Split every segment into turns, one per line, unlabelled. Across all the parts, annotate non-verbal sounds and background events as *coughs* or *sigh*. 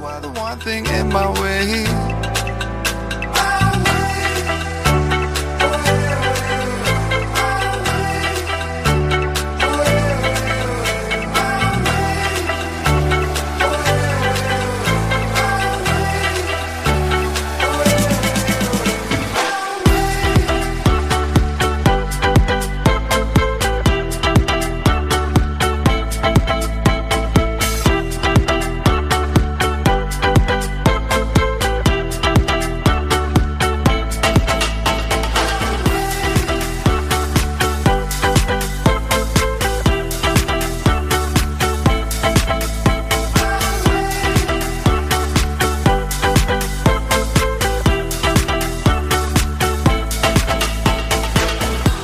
why the one thing in my way.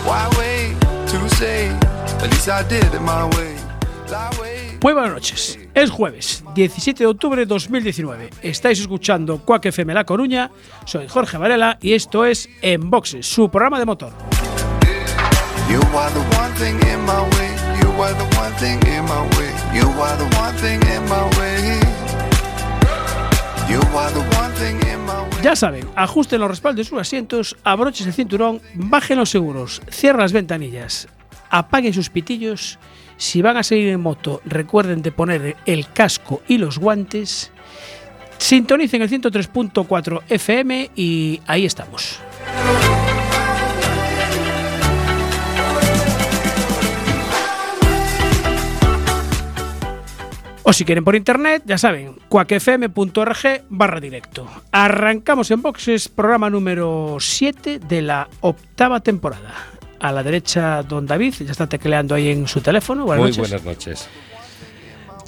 Why wait to say? At least I did it my way. Lie way.
Muy buenas noches. Es jueves, 17 de octubre de 2019. Estáis escuchando Cuac FM La Coruña. Soy Jorge Varela y esto es En Boxes, su programa de motor.
You are the one thing in my way. You are the one thing in my way. You are the one thing in my way. You are the one thing in my way.
Ya saben, ajusten los respaldos de sus asientos, abrochen el cinturón, bajen los seguros, cierren las ventanillas, apaguen sus pitillos. Si van a salir en moto, recuerden de poner el casco y los guantes. Sintonicen el 103.4 FM y ahí estamos. O si quieren por internet, ya saben, cuacfm.org barra directo. Arrancamos en boxes, programa número 7 de la octava temporada. A la derecha, don David, ya está tecleando ahí en su teléfono. Buenas
Muy
noches.
buenas noches.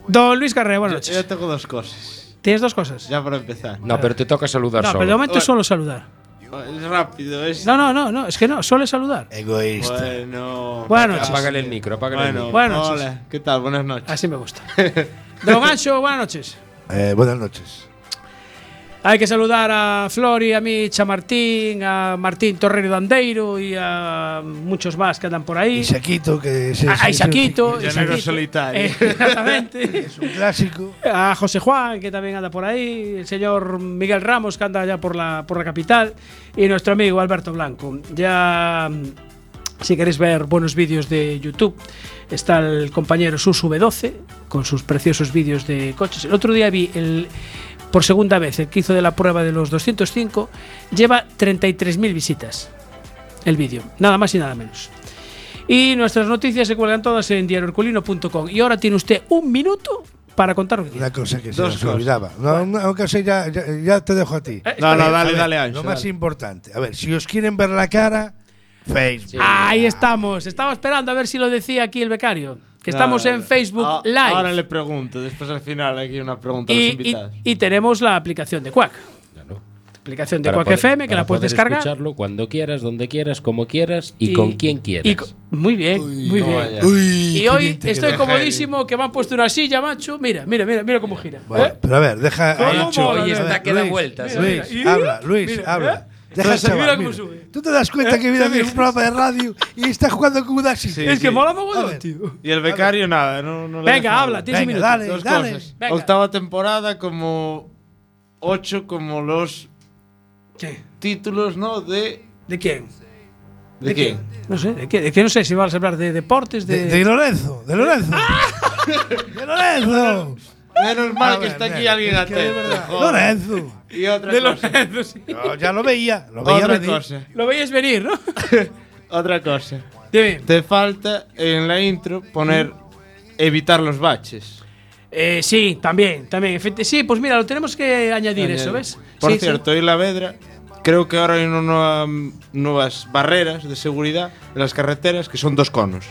Don Luis Carrera, buenas
Yo,
noches.
yo tengo dos cosas.
Tienes dos cosas.
Ya para empezar.
No, pero te toca saludar
no,
solo.
pero de momento
Bueno.
solo saludar.
Es rápido, es.
No, no, no, no, es que no, solo es saludar.
Egoísta.
Bueno.
Buenas noches.
Apágale el micro, apágale el
Bueno,
micro.
Buenas noches.
hola. ¿Qué tal? Buenas noches.
Así
*laughs*
me gusta. Don Ancho, buenas noches.
Eh, buenas noches.
Hay que saludar a Flori, a Mitch, a Martín, a Martín Torrero Dandeiro y a muchos más que andan por ahí.
Y Saquito, que se-
A, a
se-
Isaquito.
El llanero
Isaquito.
solitario.
Eh, exactamente.
Es un clásico.
A José Juan, que también anda por ahí, el señor Miguel Ramos, que anda allá por la, por la capital, y nuestro amigo Alberto Blanco. Ya, mm, si queréis ver buenos vídeos de YouTube, está el compañero Susu B12, con sus preciosos vídeos de coches. El otro día vi el, por segunda vez el que hizo de la prueba de los 205, lleva 33.000 visitas el vídeo, nada más y nada menos. Y nuestras noticias se cuelgan todas en diarioherculino.com. Y ahora tiene usted un minuto para contar lo que quiera.
Una cosa que se
Dos
nos
cosas.
olvidaba. No, una cosa ya, ya, ya te dejo a ti.
Eh,
No, no,
A
dale,
ver,
dale, Ancho.
Lo más
dale.
importante. A ver, si os quieren ver la cara, Facebook.
Ahí estamos. Estaba esperando a ver si lo decía aquí el becario. Que estamos
Nada.
en Facebook
Ah,
Live.
Ahora le pregunto, después al final aquí una pregunta a los
y, y-
invitados.
y tenemos la aplicación de Quack.
Claro.
Aplicación de
Para
Quack
poder-
FM que
para
la puedes
poder
descargar.
escucharlo cuando quieras, donde quieras, como quieras y, con quien quieras.
y co- muy bien, muy
no
bien.
vaya.
Uy,
Y
qué
hoy
bien te
estoy
queda.
comodísimo que me han puesto una silla, macho. Mira, mira, mira, mira cómo gira.
Bueno,
¿Eh?
Ah, pero a ver, deja.
¿Cómo
Ancho,
mola,
a
eh?
ver,
Está que da
Luis,
vueltas,
Luis,
mira, mira.
habla, Luis,
Mira,
habla. Deja al
Entonces,
chaval,
mira cómo
mira.
sube. ¿Eh?
Tú te das cuenta que viene a ver un programa de radio y está jugando con un taxi.
Sí,
Es que
sí.
mola mogollón,
ver.
tío.
Y el becario nada, no, no le
Venga,
deja
habla,
hablar.
tienes un
Venga,
minuto.
dale,
Dos
dale.
cosas.
Venga.
Octava temporada como ocho como los
¿Qué?
títulos, ¿no? De
¿De quién?
¿De, quién?
No sé, ¿de qué? ¿De qué? No sé si vas a hablar de deportes, de...
De,
¡Ah!
de Lorenzo, de Lorenzo. *laughs* ¡De Lorenzo!
Menos
A
mal que
ver,
está
mira,
aquí alguien
es que de
atento.
verdad.
joder.
Lorenzo.
Y otra
de los
cosa.
sí.
No, ya lo veía, lo veía
Otra
venir.
cosa.
Lo veis venir, ¿no?
Otra cosa.
Dime.
Te falta en la intro poner evitar los baches.
*laughs* Eh, sí, también, también. Efecti- Sí, pues mira, lo tenemos que añadir eso,
Añade.
¿ves?
Por
Sí, sí.
cierto, hoy la Vedra, creo que ahora hay unas nuevas barreras de seguridad en las carreteras que son dos conos.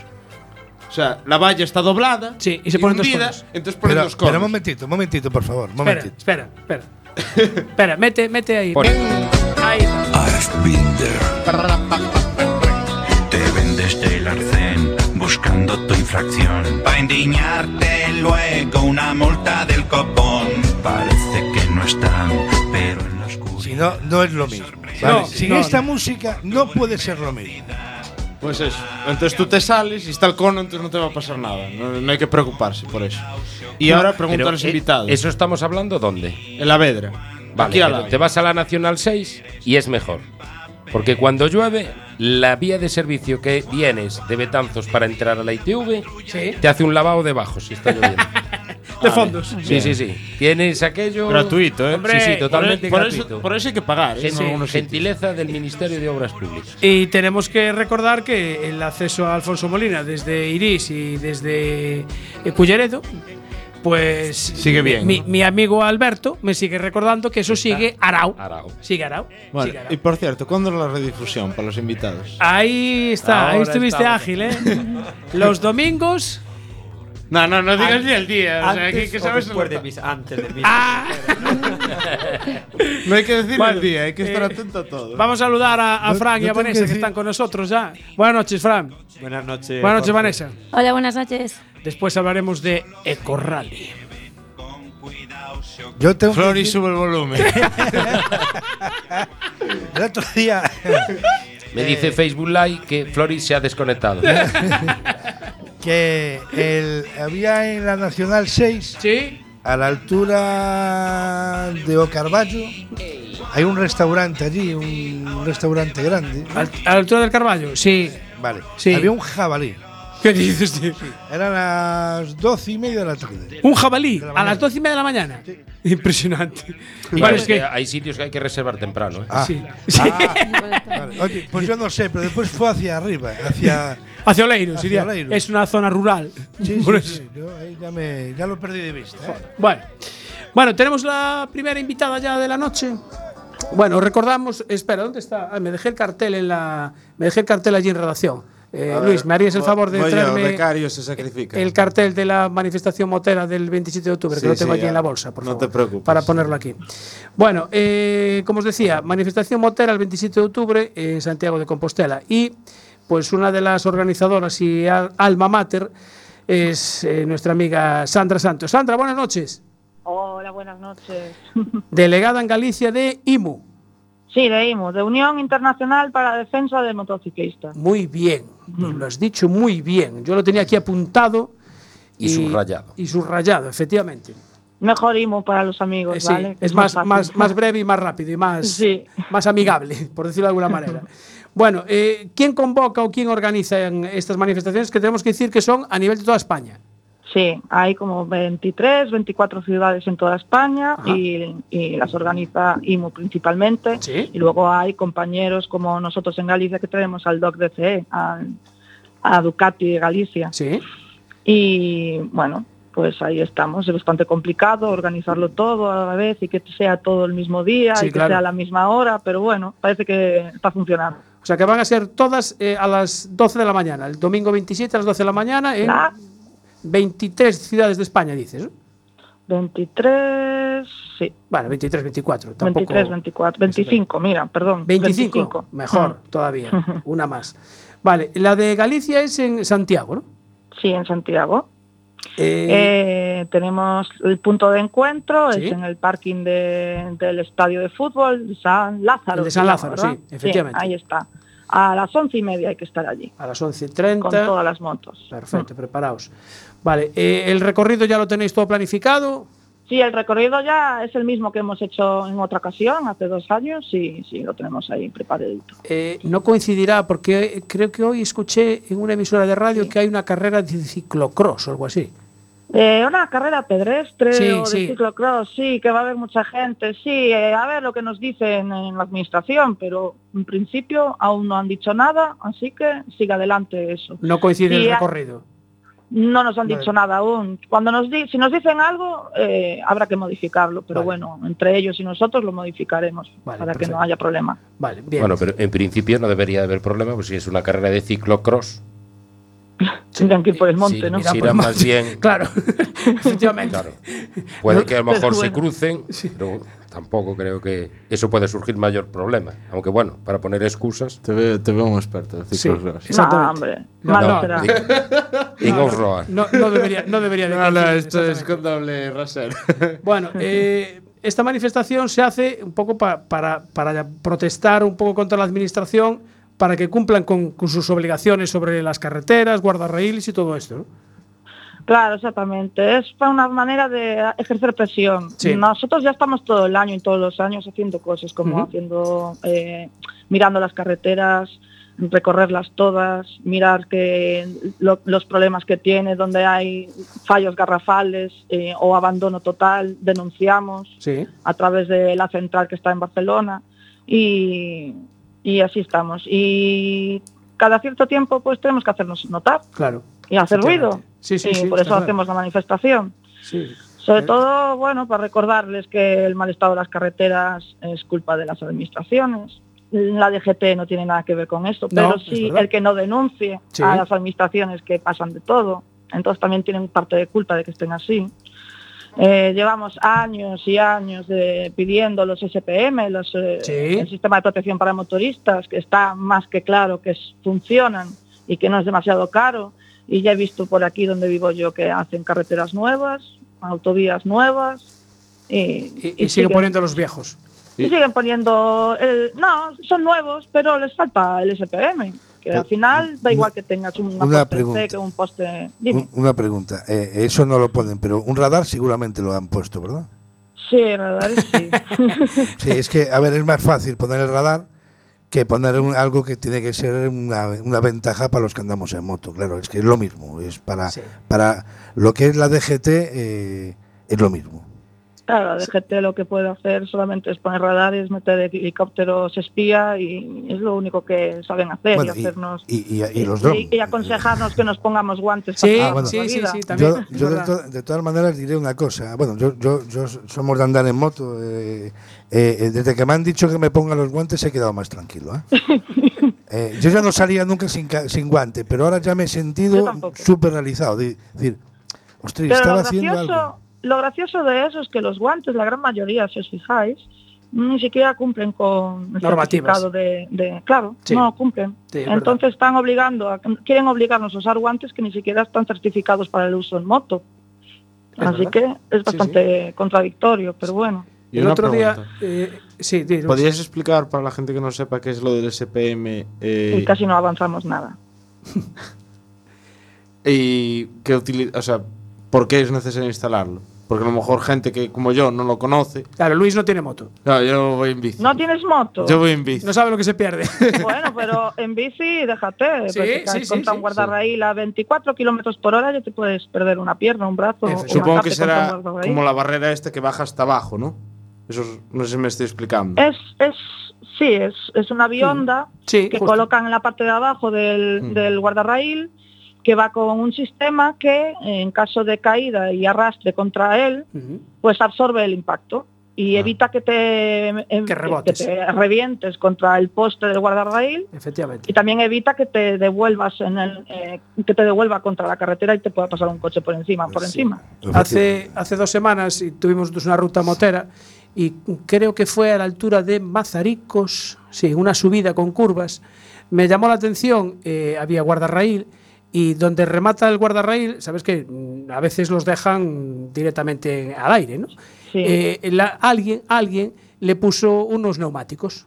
O sea, la valla está doblada
Sí, y se ponen dos
hundida,
conos.
Entonces ponen
Pero,
dos conos.
pero un momentito, un momentito, por favor. Un
Espera,
momentito.
espera, espera. espera, mete, mete ahí.
Por-
Ahí está.
I've been there.
Ah.
Te ven desde el arcén buscando tu infracción. Pa' endiñarte luego una multa del copón. Parece que no están, pero en la oscuridad.
Si no, no es lo mismo. ¿vale?
No,
Sin
no,
esta
no.
música no puede ser lo mismo.
Pois Pues eso. Entonces tú te sales y está el cono, entonces no te va a pasar nada. No, no hay que preocuparse por eso. Y ahora pregunto
Pero,
a los
eh,
invitados.
¿Eso estamos hablando dónde?
En la Vedra.
Vale,
Aquí al
pero
lado.
te vas a la Nacional 6 y es mejor. Porque cuando llueve, la vía de servicio que vienes de Betanzos para entrar a la ITV
Sí.
te hace un lavado debajo si está lloviendo.
De fondos.
sí, sí, sí. Tienes aquello.
Gratuito, ¿eh?
Hombre, sí, sí, totalmente
por,
gratuito.
eso, por eso hay que pagar. ¿eh?
Gen-
en
sí,
algunos sitios.
gentileza del Ministerio de Obras Públicas.
Y tenemos que recordar que el acceso a Alfonso Molina desde Iris y desde eh, Culleredo, pues
Sigue bien,
Mi,
¿no?
mi amigo Alberto me sigue recordando que eso sigue Arau.
Arao.
Sigue Arau.
Vale,
sigue Arau.
Y por cierto, ¿cuándo es la redifusión para los invitados?
Ahí está, ahí
Ahora
estuviste
estamos.
ágil, ¿eh? Los domingos.
No, no, no digas ni el día. O sea,
Antes
aquí que
o
sabes
después
el-
de mis- antes de mis-
*laughs*
No hay que decir
Vale,
el día, hay que estar
eh,
atento a todo.
Vamos a saludar a, a
No-
Fran y
no
a
tengo que
Vanessa que
decir-
están con nosotros ya. Buenas noches, Fran.
Buenas noches.
Buenas noches,
Jorge.
Vanessa.
Hola, buenas noches.
Después hablaremos de Ecorrally.
Yo tengo que
Flori
decir-
sube el volumen.
*laughs* el otro día.
Eh.
Me dice Facebook Live que Floris se ha
*laughs*
desconectado.
eh, que el, había en la Nacional 6,
Sí.
a la altura de Ocarballo, hay un restaurante allí, un restaurante grande.
Al- a la altura del Carballo. Sí.
Vale,
Sí.
había un jabalí.
¿Qué dices, tío?
Eran las doce y media de la tarde.
Un jabalí
De la
a las
mañana.
doce y media de la mañana. *laughs* Impresionante.
Y
Vale,
es
es que-
que hay sitios que hay que reservar temprano. ¿eh?
Ah,
*laughs*
sí. Sí.
vale. Oye, pues yo no sé, pero después fue hacia arriba, hacia.
Hacia Oleiros,
Hacia
iría.
Oleiros.
Es una zona rural.
Sí,
Por
sí,
eso.
sí, yo ahí ya, me- ya lo perdí de vista. ¿eh?
Bueno. bueno, tenemos la primera invitada ya de la noche. Bueno, recordamos, espera, ¿dónde está? Ah, me dejé el cartel en la, me dejé el cartel allí en redacción. Eh, Luis, ¿me harías el favor de traerme
se sacrifica.
el cartel de la manifestación motera del 27 de octubre,
Sí,
que lo tengo
sí,
aquí en
ya.
la bolsa, por
No
favor,
te preocupes.
Para ponerlo aquí. Bueno, eh, como os decía, manifestación motera el 27 de octubre en Santiago de Compostela. Y pues una de las organizadoras y al- alma mater es eh, nuestra amiga Sandra Santos. Sandra, buenas noches.
Hola, buenas noches. *laughs*
Delegada en Galicia de IMU.
Sí, leímos, de Unión Internacional para la Defensa del Motociclista.
Muy bien, pues lo has dicho muy bien. Yo lo tenía aquí apuntado.
Y subrayado.
Y subrayado, efectivamente.
Mejor IMO para los
Eh,
amigos,
sí,
¿vale?
es más,
fácil.
más, más breve y más rápido y
*laughs*
más,
Sí.
más amigable, por decirlo de
*laughs*
alguna manera. Bueno, eh, ¿quién convoca o quién organiza en estas manifestaciones que tenemos que decir que son a nivel de toda España?
Sí, hay como 23, 24 ciudades en toda España
Ajá.
y, y las organiza IMO principalmente.
Sí.
Y luego hay compañeros como nosotros en Galicia que traemos al DOC DCE, al- a Ducati de Galicia.
Sí.
Y bueno, pues ahí estamos. Es bastante complicado organizarlo todo a la vez y que sea todo el mismo día
Sí,
y que
claro.
sea a la misma hora, pero bueno, parece que está funcionando.
O sea, que van a ser todas eh, a las 12 de la mañana, el domingo 27 a las 12 de la mañana en
La
23 ciudades de España, dices. ¿no?
23, sí,
Bueno, 23, 24. Tampoco...
23, 24, 25, mira, perdón.
25, mejor todavía,
*laughs*
una más. Vale, la de Galicia es en Santiago, ¿no?
Sí, en Santiago.
Eh,
Eh, tenemos el punto de encuentro,
Sí.
es en el parking de- del estadio de fútbol de San Lázaro.
El de
se
San
llama,
Lázaro,
¿verdad?
sí, efectivamente.
ahí está. A las once y media hay que estar allí,
a las
con
11.30.
todas las motos. Mm.
Perfecto, preparaos. Vale, eh, el recorrido ya lo tenéis todo planificado.
Sí, el recorrido ya es el mismo que hemos hecho en otra ocasión, hace dos años, y sí, lo tenemos ahí preparadito.
Eh, no coincidirá porque creo que hoy escuché en una emisora de radio que hay una carrera de ciclocross o algo así.
Eh, una carrera pedestre
Sí,
o de
sí.
ciclocross, sí, que va a haber mucha gente, sí, eh, a ver lo que nos dicen en la administración, pero en principio aún no han dicho nada, así que sigue adelante eso.
No coincide
Sí,
el
ah.
recorrido.
No nos han
Vale.
dicho nada aún. Cuando nos di- si nos dicen algo, eh, habrá que modificarlo, pero
Vale.
bueno, entre ellos y nosotros lo modificaremos
Vale,
para que
perfecto.
no haya problema.
Vale, bien.
Bueno, pero en principio no debería haber problema, pues si es una carrera de ciclocross.
Tendrán que ir por el monte,
si-
¿no?
si irá más bien.
Claro, *laughs* efectivamente.
Claro. Puede que a lo
Pero
mejor se
bueno.
crucen, pero tampoco creo que eso puede surgir mayor problema. Aunque bueno, para poner excusas.
Te veo, te veo un experto.
Sí,
No,
exactamente.
hombre,
No,
malo
no,
será.
digo- digo off-road.
No, no debería, no debería de
No, no,
coincidir,
esto es
exactamente.
contable, Raser.
Bueno, eh, esta manifestación se hace un poco pa- para, para protestar un poco contra la administración para que cumplan con, con sus obligaciones sobre las carreteras, guardarraíles y todo esto. ¿no?
Claro, exactamente. Es pa- una manera de ejercer presión.
Sí.
Nosotros ya estamos todo el año y todos los años haciendo cosas, como
Ujú.
haciendo, eh, mirando las carreteras, recorrerlas todas, mirar que lo- los problemas que tiene, donde hay fallos garrafales eh, o abandono total, denunciamos
Sí.
a través de la central que está en Barcelona y, y así estamos. Y cada cierto tiempo pues tenemos que hacernos notar
Claro.
y hacer ruido.
Sí, sí,
y
sí,
por
está
eso
claro.
hacemos la manifestación.
Sí.
Sobre
Eh.
todo, bueno, para recordarles que el mal estado de las carreteras es culpa de las administraciones. La DGT no tiene nada que ver con esto,
No,
pero
es
sí
verdad.
el que no denuncie
Sí.
a las administraciones que pasan de todo. Entonces también tienen parte de culpa de que estén así. Eh, llevamos años y años de, pidiendo los SPM, los, eh,
Sí.
el sistema de protección para motoristas, que está más que claro que es- funcionan y que no es demasiado caro. Y ya he visto por aquí donde vivo yo que hacen carreteras nuevas, autovías nuevas. Y,
Y, y
y
siguen poniendo los viejos.
y siguen poniendo... el- no, son nuevos, pero les falta el SPM. Que al final da igual que tengas un poste
una pregunta.
C que un poste...
Un-
Dime.
Una pregunta. Eh, eso no lo ponen, pero un radar seguramente lo han puesto, ¿verdad?
Sí, en realidad
*laughs*
sí.
Sí, es que, a ver, es más fácil poner el radar que poner un- algo que tiene que ser una, una ventaja para los que andamos en moto. Claro, es que es lo mismo. Es para,
Sí.
para lo que es la DGT, eh, es lo mismo.
Claro, la DGT lo que puede hacer solamente es poner radares, meter helicópteros espía y es lo único que saben hacer
Bueno,
y hacernos...
y, y- y los drones.
y- y aconsejarnos que nos pongamos guantes
Sí,
para
Ah, bueno.
sí,
salvarnos
sí,
la
sí,
vida.
también.
yo yo
es
de,
verdad.
to- de todas maneras diré una cosa. Bueno, yo, yo, yo s- somos de andar en moto. eh, eh, eh, desde que me han dicho que me ponga los guantes he quedado más tranquilo.
*laughs*
¿eh? Eh, yo ya no salía nunca sin, ca- sin guante, pero ahora ya me he
Yo
sentido
tampoco.
súper realizado. De, decir, ostras,
Pero
estaba
lo
haciendo
gracioso,
algo.
lo gracioso de eso es que los guantes, la gran mayoría, si os fijáis, ni siquiera cumplen con el
Normativas.
certificado de, de- claro,
Sí.
no cumplen.
Sí, es
Entonces están obligando, a- quieren obligarnos a usar guantes que ni siquiera están certificados para el uso en moto.
Es
Así
verdad.
que
Sí,
es bastante contradictorio, pero bueno.
*laughs* Y
el
una
otro día.
pregunta.
eh, sí, di, Luis.
¿Podrías explicar para la gente que no sepa qué es lo del SPM
Y
eh,
casi no avanzamos nada.
y qué utili- o sea, por qué es necesario instalarlo? Porque a lo mejor gente que como yo no lo conoce.
Claro, Luis no tiene moto.
No, yo voy en bici.
¿No tienes moto?
yo voy en bici.
No sabe lo que se pierde.
Bueno, pero en bici déjate,
Sí,
porque
sí, sí,
con tan
sí,
guardarraíl a 24 kilómetros por hora ya te puedes perder una pierna, un brazo.
Efe-
un
Supongo
acabe
que
con ¿eh?
será
tan guardarraíl.
como la barrera esta que baja hasta abajo, ¿no? Eso es- no sé si me estoy explicando.
Es, es, sí, es, es una bionda
Mm. Sí,
que
justo.
colocan en la parte de abajo del,
Mm.
del guardarraíl que va con un sistema que en caso de caída y arrastre contra él,
Ujú.
pues absorbe el impacto y evita que te, em, que
Ah. rebotes.
te revientes contra el poste del guardarraíl
Efectivamente.
y también evita que te devuelvas en el eh, que te devuelva contra la carretera y te pueda pasar un coche por encima por encima
Hace, hace dos semanas y tuvimos nosotros una ruta motera y creo que fue a la altura de Mazaricos, sí, una subida con curvas. Me llamó la atención, eh, había guardarraíl y donde remata el guardarraíl, sabes que mm, a veces los dejan directamente al aire, ¿no?
Sí.
Eh, la- alguien, alguien le puso unos neumáticos.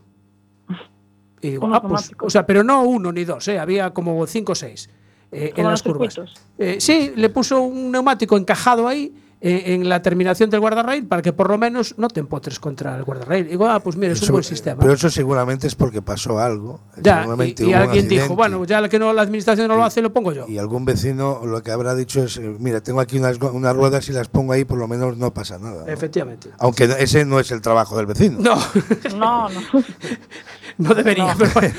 Y digo,
Unos
ah, pues,
neumáticos.
o sea, pero no uno ni dos, eh, había como cinco o seis eh, en
Como
las
los
curvas.
circuitos.
Eh, sí, le puso un neumático encajado ahí eh, en la terminación del guardarrail para que por lo menos no te empotres contra el guardarrail. Digo, ah, pues mira, es un
Eso-
buen sistema.
Pero eso seguramente es porque pasó algo.
ya,
seguramente
y, y
hubo un
alguien dijo,
accidente.
bueno, ya que no la administración no lo hace, lo pongo yo.
Y algún vecino lo que habrá dicho es, eh, mira, tengo aquí unas, gu- unas ruedas y las pongo ahí, por lo menos no pasa nada. ¿no?
*laughs* Efectivamente.
Aunque no- ese no es el trabajo del vecino.
No,
no no
no debería, pero,
*laughs*
bueno.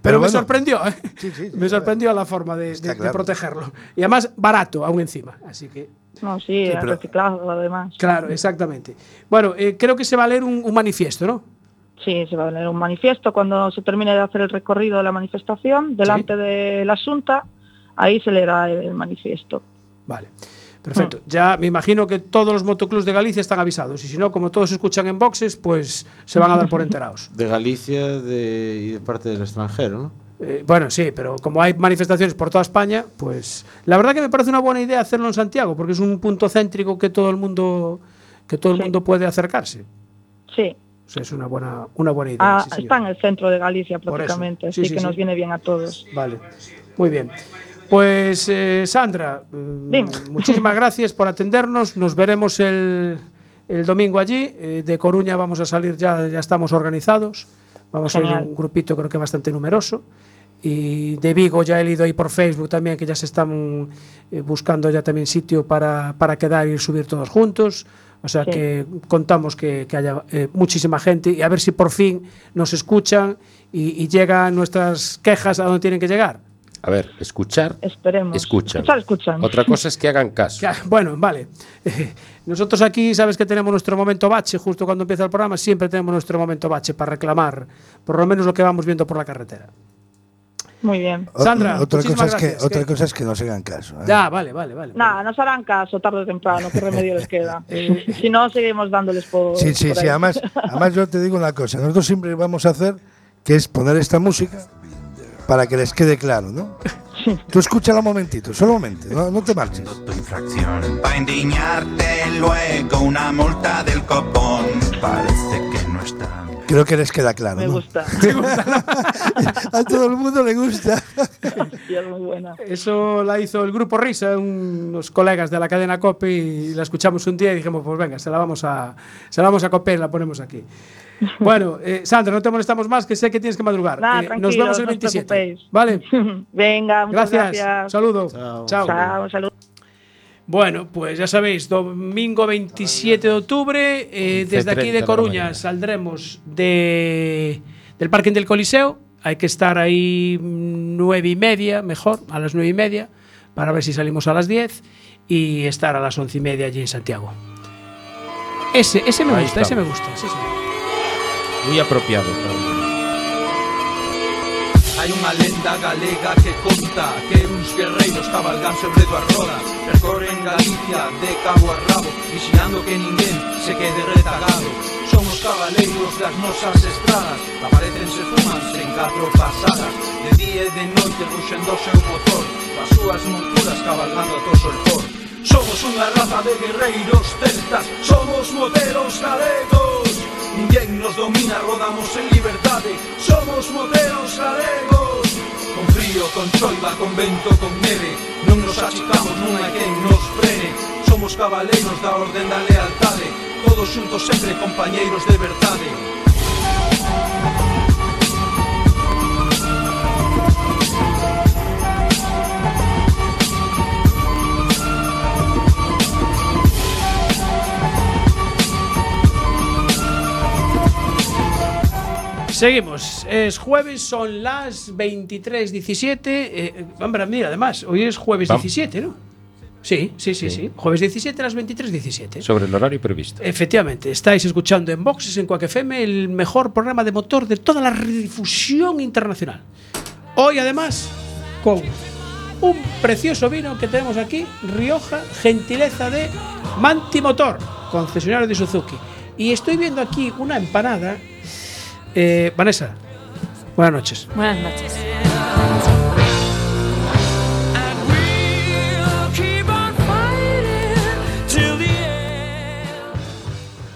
Pero me
bueno.
sorprendió, ¿eh?
Sí, sí, sí,
me sorprendió la forma de,
Está
de- de
claro.
protegerlo. Y además, barato, aún encima. Así que,
no sí, el
pero-
reciclado además
claro, exactamente. Bueno, eh, creo que se va a leer un, un manifiesto, ¿no?
sí se va a leer un manifiesto cuando se termine de hacer el recorrido de la manifestación delante de la Junta ahí se leerá el manifiesto
Vale. Perfecto.
Mm.
Ya me imagino que todos los motoclubs de Galicia están avisados. Y si no, como todos se escuchan en boxes, pues se van a
*laughs*
dar por enterados.
De Galicia de, y de parte del extranjero, ¿no?
Eh, bueno, sí, pero como hay manifestaciones por toda España, pues la verdad que me parece una buena idea hacerlo en Santiago, porque es un punto céntrico que todo el mundo que todo el
Sí.
mundo puede acercarse.
sí
O sea, es una buena, una buena idea.
Ah,
sí, señor.
está en el centro de Galicia
Por eso.
prácticamente,
Sí,
así
sí,
que
sí.
nos viene bien a todos.
Vale, muy bien. Pues eh, Sandra, mm,
Dime. *laughs*
muchísimas gracias por atendernos. Nos veremos el, el domingo allí. Eh, de Coruña vamos a salir, ya, ya estamos organizados. Vamos a ir
Genial.
un grupito creo que bastante numeroso. Y de Vigo ya he leído ahí por Facebook también que ya se están eh, buscando ya también sitio para, para quedar y subir todos juntos. O sea
Sí.
que contamos que, que haya eh, muchísima gente y a ver si por fin nos escuchan y, y llegan nuestras quejas a donde tienen que llegar.
A ver, escuchar,
Esperemos.
escuchan.
Escuchar, escuchan.
Otra
*laughs*
cosa es que hagan caso.
Ya, Bueno, vale. *laughs* Nosotros aquí, sabes que tenemos nuestro momento bache, justo cuando empieza el programa, siempre tenemos nuestro momento bache para reclamar, por lo menos lo que vamos viendo por la carretera.
Muy bien.
O-
Sandra,
otra cosa, es
muchísimas
que,
gracias,
otra
que-
cosa es que nos hagan caso. ¿eh?
Ya, vale, vale, vale.
Nada, nos harán caso tarde o temprano, qué remedio les
*laughs*
queda.
Eh,
si no, seguimos dándoles por.
Sí, sí,
por
sí.
ahí.
Además, además, yo te digo una cosa. Nosotros siempre vamos a hacer que es poner esta música para que les quede claro, ¿no? Tú escúchala un momentito, solo un momento, no, no te marches.
tu infracción. Pa' indignarte luego una multa del copón. Parece que no está.
Creo que les queda claro.
Me
¿no? *laughs*
gusta.
a todo el mundo le gusta.
Sí, es *laughs* muy buena.
Eso la hizo el grupo Risa, unos colegas de la cadena COPE, y la escuchamos un día y dijimos, pues venga, se la vamos a, se la vamos a copiar y la
*laughs*
ponemos aquí. Bueno, eh, Sandra, no te molestamos más, que sé que tienes que madrugar.
Nada,
Eh, nos
tranquilos,
vemos el
no os
27.
preocupéis. *laughs*
vale,
Venga, muchas
gracias.
gracias.
Saludo. Chao.
Chao, saludos.
Bueno, pues ya sabéis, domingo 27 de octubre, eh, desde aquí
11:30 de
de
la
Coruña
mañana.
saldremos de, del parking del Coliseo. Hay que estar ahí mm, nueve y media, mejor, a las nueve y media, para ver si salimos a las 10 y estar a las once y media allí en Santiago. Ese, ese me
Ahí
gusta, ese me
estamos.
gusta. sí, sí.
Muy apropiado. Para
Hai unha lenda galega que conta que uns guerreiros cabalgan sobre dúas rodas Percorren Galicia de cabo a rabo Vigilando que ninguén se quede retagado Son os cabaleiros das nosas estradas Aparecen se fuman sen catro pasadas De día e de noite ruxendo o seu motor As súas monturas cabalgando ato solpor Somos unha raza de guerreiros celtas Somos modelos galegos Ninguén nos domina, rodamos en libertade Somos modelos galegos Con frío, con choiva, con vento, con neve Non nos achicamos, non hai quen nos frene Somos cabaleiros da orden da lealtade Todos xuntos sempre compañeiros de verdade
Seguimos. Es jueves, son las 23.17. Eh, hombre, mira, además, hoy es jueves
Vam-
17, ¿no? Sí, sí, sí, sí, Jueves 17 a las 23.17.
Sobre el horario previsto.
Efectivamente, estáis escuchando en Boxes, en Quack FM, el mejor programa de motor de toda la redifusión internacional. Hoy, además, con un precioso vino que tenemos aquí, Rioja, gentileza de Manti Motor, concesionario de Suzuki. Y estoy viendo aquí una empanada. Eh, Vanessa, buenas noches.
Buenas noches.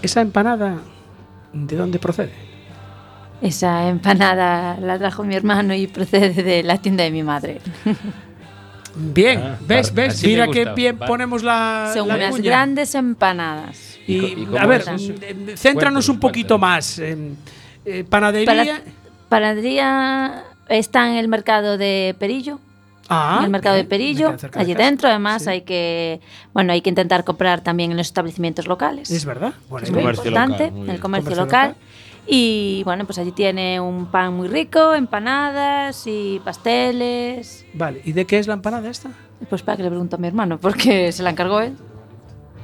¿Esa empanada de dónde procede?
Esa empanada la trajo mi hermano y procede de la tienda de mi madre.
Bien,
Ah,
ves,
vale,
ves,
así me
mira
gusta,
qué bien
vale.
ponemos Pues la.
*laughs* Son
la
unas
cuña.
grandes empanadas.
¿Y co-
Y,
y cómo
a ver,
es eso?
mm, eh, céntranos un
Cuéntanos,
poquito
cuéntanos.
más. eh, eh, panadería.
Panadería está en el mercado de Perillo.
Ah,
en el mercado
bien,
de
me
Perillo,
queda cerca de
allí
casa.
dentro, además
Sí.
hay que, bueno, hay que intentar comprar también en los establecimientos locales.
Es verdad. Bueno,
es
bien.
muy
Comercio
importante,
local, muy bien.
el comercio,
Comercio
local.
local.
Y bueno, pues allí tiene un pan muy rico, empanadas y pasteles.
Vale, ¿y de qué es la empanada esta?
Pues para que le pregunto a mi hermano, porque se la encargó él.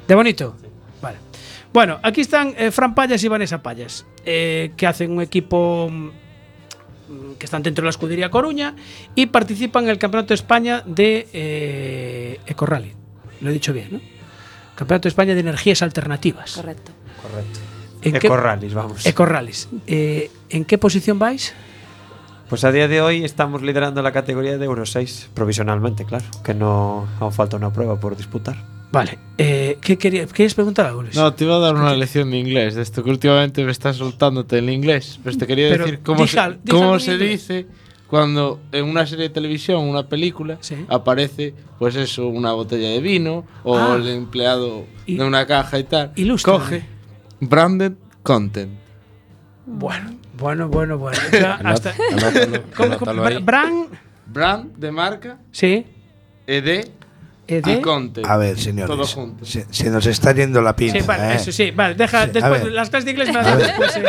De bonito. Vale. Bueno, aquí están eh, Fran Payas y Vanessa Payas, eh, que hacen un equipo mm, que están dentro de la escudería Coruña y participan en el Campeonato de España de eh, Ecorrally. Lo he dicho bien, ¿no? Campeonato de España de Energías Alternativas.
Correcto.
¿En qué-
Ecorralis, vamos.
Ecorrales. Eh, ¿En qué posición vais?
Pues a día de hoy estamos liderando la categoría de Euro 6, provisionalmente, claro, que no aún falta una prueba por disputar.
Vale. eh, ¿Qué querías, querías preguntar algo, Luis?
No, te iba a dar una lección de inglés, de esto que últimamente me estás soltándote el inglés. Pero te quería
Pero
decir cómo,
dija-
se,
dija algo
cómo
en
se
inglés.
dice cuando en una serie de televisión, una película, aparece, pues eso, una botella de vino o
Ah.
el empleado de una caja y tal. Coge branded content.
Bueno, bueno, bueno, bueno. O
*laughs*
sea, hasta- *laughs* ¿Cómo, cómo? Bra- Bran,
Brand de marca,
sí.
ED,
ED.
y content.
A ver,
Todo
señores.
junto.
Se, se nos está yendo la pinza.
Sí, vale,
¿eh?
eso sí, vale, deja
Sí, a
después
ver.
las clases de inglés me las das
A ver.
después. eh.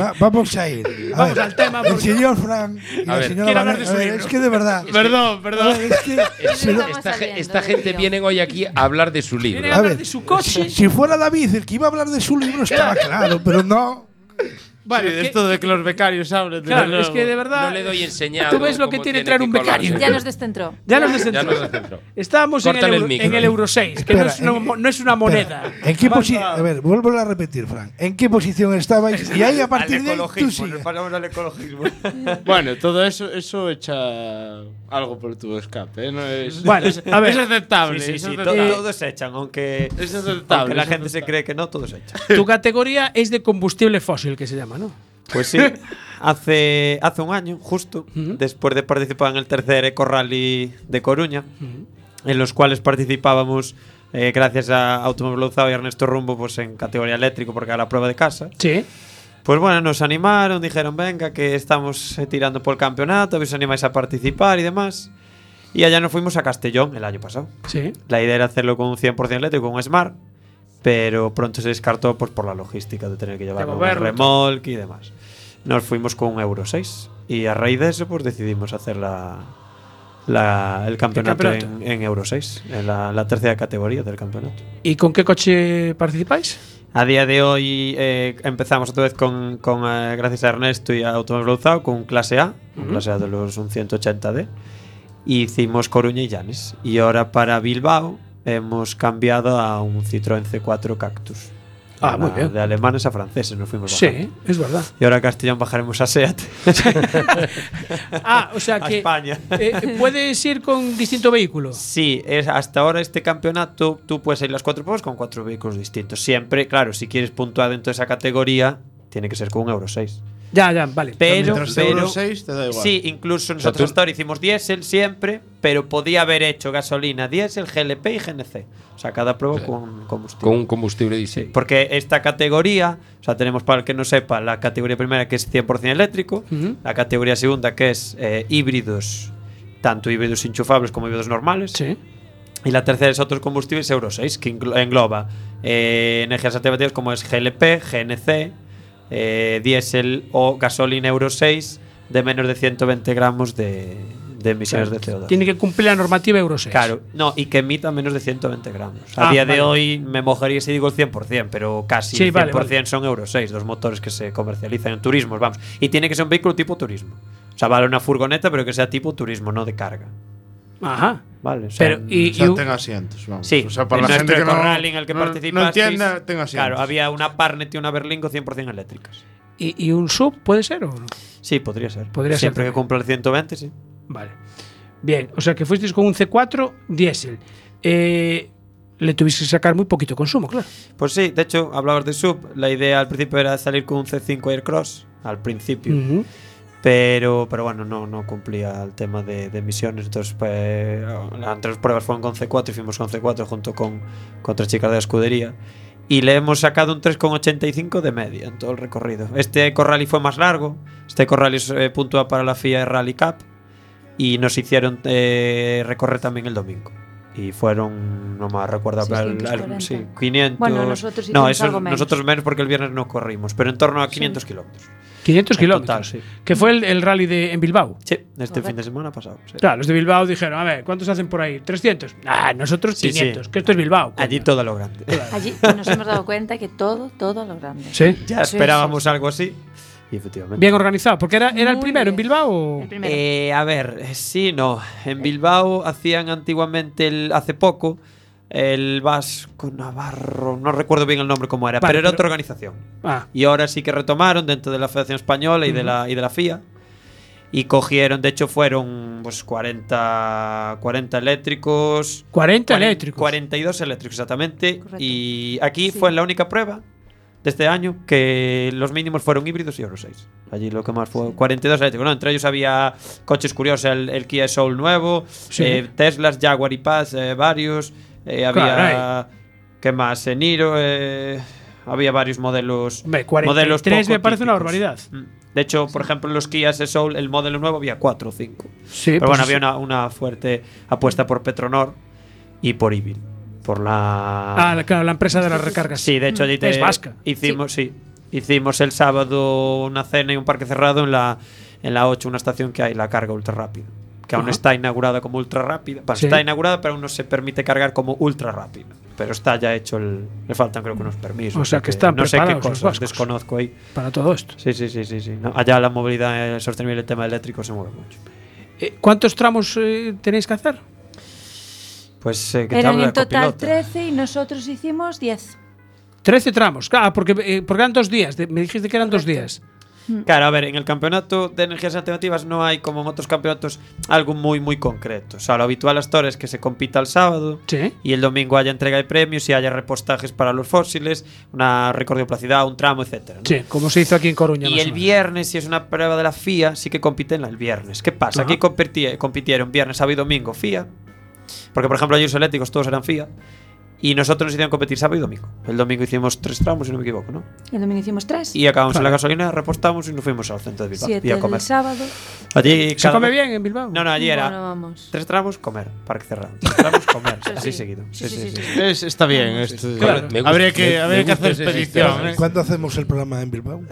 Va- vamos a ir. A
Vamos
ver,
al tema,
El
porque-
señor Fran y
A
la
ver.
señora
Quiero hablar
Vanessa-
de su
a ver,
libro.
Es que de verdad.
Perdón,
perdón. Es que, si no-
esta, ge- esta gente viene hoy aquí a hablar de su libro.
a ver, Si, si fuera David el que iba a hablar de su libro, estaba claro, pero no.
Vale, de esto de que los becarios hablen. de
Claro, es
nuevo.
que de verdad.
No le doy enseñado
Tú ves lo que
cómo tiene
tiene traer
que
un
colarse.
becario.
Ya nos descentró.
Ya nos descentró.
Ya nos descentró.
Estamos en el,
Córtale el
euro,
micro.
en el Euro 6, que no, es
Espera,
una, mo- no es una moneda.
¿En qué posi- a ver, vuelvo a repetir, Fran. ¿En qué posición estabais? Y ahí a partir de ahí tú sigues.
*laughs*
Bueno, todo eso, eso echa algo por tu escape, ¿eh? No
*laughs*
es,
Bueno,
es,
a ver.
es aceptable.
Sí, sí, sí,
es
to-
aceptable.
todos echan, aunque,
Es aceptable,
aunque la
es
gente se cree que no, todos echan.
Tu categoría es de combustible fósil, que se llama, ¿no?
Pues
*laughs*
sí, hace, hace un año, justo, después de participar en el tercer Eco Rally de Coruña, en los cuales participábamos, eh, gracias a Automóvil Louzao y Ernesto Rumbo, pues en categoría eléctrico, porque era la prueba de casa.
Sí.
Pues bueno, nos animaron, dijeron, venga, que estamos eh, tirando por el campeonato, que os animáis a participar y demás. Y allá nos fuimos a Castellón el año pasado.
Sí.
La idea era hacerlo con un 100% eléctrico, con un Smart, pero pronto se descartó pues, por la logística de tener que llevar un
moverlo,
remolque y demás. Nos fuimos con un Euro 6 y a raíz de eso pues decidimos hacer la, la- el campeonato,
campeonato.
En, en Euro 6, en la, la tercera categoría del campeonato.
¿Y con qué coche participáis?
A día de hoy eh, empezamos otra vez con, con, eh, gracias a Ernesto y a Automóvil Louzao, con un clase A, un
Ujú.
clase A de los un 180D. y Hicimos Coruña y Llanes. Y ahora para Bilbao hemos cambiado a un Citroën C4 Cactus.
Ah,
Ahora
muy bien.
De alemanes a franceses nos fuimos
Sí,
bajando.
es verdad.
Y ahora a Castellón bajaremos
*laughs*
a SEAT.
Ah, o sea
A
que.
España.
eh, puedes ir con distinto vehículo.
Sí, es, hasta ahora este campeonato tú puedes ir las cuatro pruebas con cuatro vehículos distintos. Siempre, claro, si quieres puntuar dentro de esa categoría, tiene que ser con un Euro 6.
*laughs* Ya, ya, vale.
Pero,
Mientras sea
pero
Euro 6 te da igual.
sí, incluso
sea,
nosotros
tú-
hasta ahora hicimos diésel siempre, pero podía haber hecho gasolina, diésel, GLP y GNC. O sea, cada prueba con combustible.
Con un combustible distinto.
Porque esta categoría, o sea, tenemos para el que no sepa, la categoría primera que es 100% eléctrico,
Ujú.
la categoría segunda que es eh, híbridos, tanto híbridos enchufables como híbridos normales. Y la tercera es otros combustibles Euro 6, que englo- engloba eh, energías alternativas como es GLP, GNC, eh, diésel o gasolina Euro 6 de menos de 120 gramos de, de emisiones de CO2.
Tiene que cumplir la normativa Euro 6.
Claro, no, y que emita menos de 120 gramos.
Ah,
A día de
vale.
hoy me mojaría si digo el 100%, pero casi
Sí,
el 100%
vale,
son Euro 6, los motores que se comercializan en turismos, vamos. Y tiene que ser un vehículo tipo turismo. O sea, vale una furgoneta, pero que sea tipo turismo, no de carga.
Ajá.
Vale, o sea,
Pero, y,
O sea,
y un-
tenga asientos, vamos.
Sí,
O sea, para
el
la gente que
nuestro
no,
Ecorrally en el que
no,
participasteis,
no entienda, tenga asientos.
Claro, había una Parnet y una Berlingo 100% eléctricas.
y- y un sub puede ser o no?
Sí, podría ser.
Podría ser
Siempre
también.
que cumpla el 120, sí.
Vale. Bien, o sea que fuisteis con un C4 diésel. Eh, le tuviste que sacar muy poquito consumo, claro.
Pues sí, de hecho, hablabas de sub. La idea al principio era salir con un C5 Aircross, al principio.
Ujú.
Pero, pero bueno, no, no cumplía el tema de, de emisiones. Entonces, pues, las tres pruebas fueron con C4 y fuimos con C4 junto con, con otras chicas de la escudería. Y le hemos sacado un 3,85 de media en todo el recorrido. Este Corrali fue más largo. Este Corrali es eh, puntúa para la FIA Rally Cup. Y nos hicieron eh, recorrer también el domingo. Y fueron, no me recuerdo, al- al-
640.
sí, 500.
Bueno, nosotros
no,
hicimos
eso,
algo menos.
nosotros menos porque el viernes no corrimos, pero en torno a 500 kilómetros.
500
En
kilómetros.
total, sí.
Que fue el, el rally de, en Bilbao.
Sí, este fin de semana pasado. sí.
Claro, los de Bilbao dijeron, a ver, ¿cuántos hacen por ahí? ¿300? Ah, nosotros
Sí,
500,
sí.
que esto es Bilbao. coño.
Allí todo lo grande.
Allí pues nos hemos dado cuenta que todo, todo lo grande.
Sí.
Ya
Sí,
esperábamos algo así. Y efectivamente.
Bien organizado, porque era, era el
Muy
primero en
bien.
Bilbao. o-
El primero.
Eh, a ver, eh, sí, no. En Bilbao hacían antiguamente, el- hace poco, el Vasco Navarro. No recuerdo bien el nombre cómo era,
Vale,
pero era
pero-
otra organización.
Ah,
Y ahora sí que retomaron dentro de la Federación Española y, de, la, y de la FIA. y cogieron, de hecho fueron pues 40, 40 eléctricos.
40
cuaren-
eléctricos.
42 eléctricos exactamente.
Correcto.
Y aquí
Sí.
fue la única prueba de este año que los mínimos fueron híbridos y Euro 6. Allí lo que más fue 42 eléctricos. ¿no? Entre ellos había coches curiosos, el, el Kia Soul nuevo,
Sí.
eh, Teslas, Jaguar y Paz, eh, varios. eh, había...
Caray.
¿Qué más? Eh, Niro. eh, había varios modelos.
Hombre, 43
modelos
me parece una
típicos.
barbaridad.
Mm. De hecho, por ejemplo, los Kia Soul, el modelo nuevo había 4 o 5.
Sí,
Pero
pues
bueno,
sí.
había una, una fuerte apuesta por Petronor y por Evil. Por la.
Ah, la- claro, la empresa de las recargas. Mm.
Sí, de hecho, allí te-
Es vasca.
Hicimos, sí. Hicimos el sábado una cena y un parque cerrado en la, en la 8, una estación que hay, la carga ultra rápida. Que aún
Ajá.
está inaugurada como ultra rápida. Pa-
Sí.
Está inaugurada, pero aún no se permite cargar como ultra rápida. Pero está ya hecho el. Le faltan, creo que, unos permisos.
O sea, que están
No sé qué
preparados los
cosas
vascos.
desconozco ahí.
Para todo esto.
Sí, sí, sí, sí. sí. No, allá la movilidad eh, sostenible, el tema eléctrico se mueve mucho.
Eh, ¿Cuántos tramos eh, tenéis que hacer?
Pues eh, que te
Eran
hablo
en
de
total
copilota.
13 y nosotros hicimos 10.
13 tramos. Ah, porque, eh, porque eran dos días. de- me dijiste que eran dos días.
Claro, a ver, en el campeonato de energías alternativas no hay, como en otros campeonatos, algo muy, muy concreto. O sea, lo habitual hasta ahora es que se compita el sábado
Sí.
y el domingo haya entrega de premios y haya repostajes para los fósiles, una recordioplacidad, un tramo, etcétera. ¿no?
Sí, como se hizo aquí en Coruña.
Y
más o
el
menos.
viernes, si es una prueba de la FIA, sí que compiten la- el viernes. ¿Qué pasa?
Ajá.
Aquí compiti- compitieron viernes, sábado y domingo FIA. Porque, por ejemplo, ayer los eléctricos todos eran FIA. Y nosotros nos hicieron competir sábado y domingo. El domingo hicimos tres tramos, si no me equivoco, ¿no?
El domingo hicimos 3.
Y acabamos en la
Claro.
gasolina, repostamos y nos fuimos al centro de Bilbao.
7
y a comer.
el sábado.
Allí
¿Se
cada-
come bien en Bilbao?
No, no, allí era.
Bueno, vamos.
Tres tramos, comer. Parque cerrado. Tres tramos, comer.
Sí,
Así
sí.
seguido. Sí,
Sí, sí, sí,
sí, sí.
sí.
Es- está bien esto.
Claro. Me gusta-
habría que,
me-
habría
me
que hacer
gusta ese
expedición.
sistema.
¿eh?
¿Cuándo hacemos el programa en Bilbao?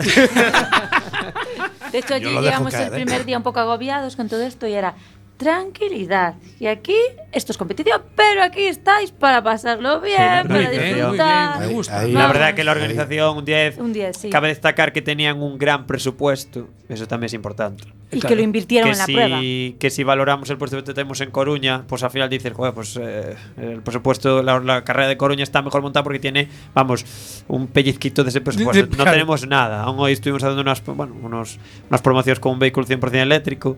De hecho, allí
Yo lo dejo
llegamos
caer,
el
¿eh?
primer día un poco agobiados con todo esto y era tranquilidad. Y aquí, esto es competición, pero aquí estáis para pasarlo bien, para
no, muy bien, muy
disfrutar.
bien, me gusta.
Ahí-
La
Vamos.
verdad que la organización, un 10.
Un 10, sí.
Cabe destacar que tenían un gran presupuesto. Eso también es importante.
Y que lo invirtieron
Que
en la prueba.
si, que si valoramos el presupuesto que tenemos en Coruña, pues al final dices, joder, pues eh, el presupuesto, la, la carrera de Coruña está mejor montada porque tiene, vamos, un pellizquito de ese presupuesto.
de-
no
claro.
tenemos nada. Aún hoy estuvimos haciendo unas, bueno, unos, unas promociones con un vehículo 100% eléctrico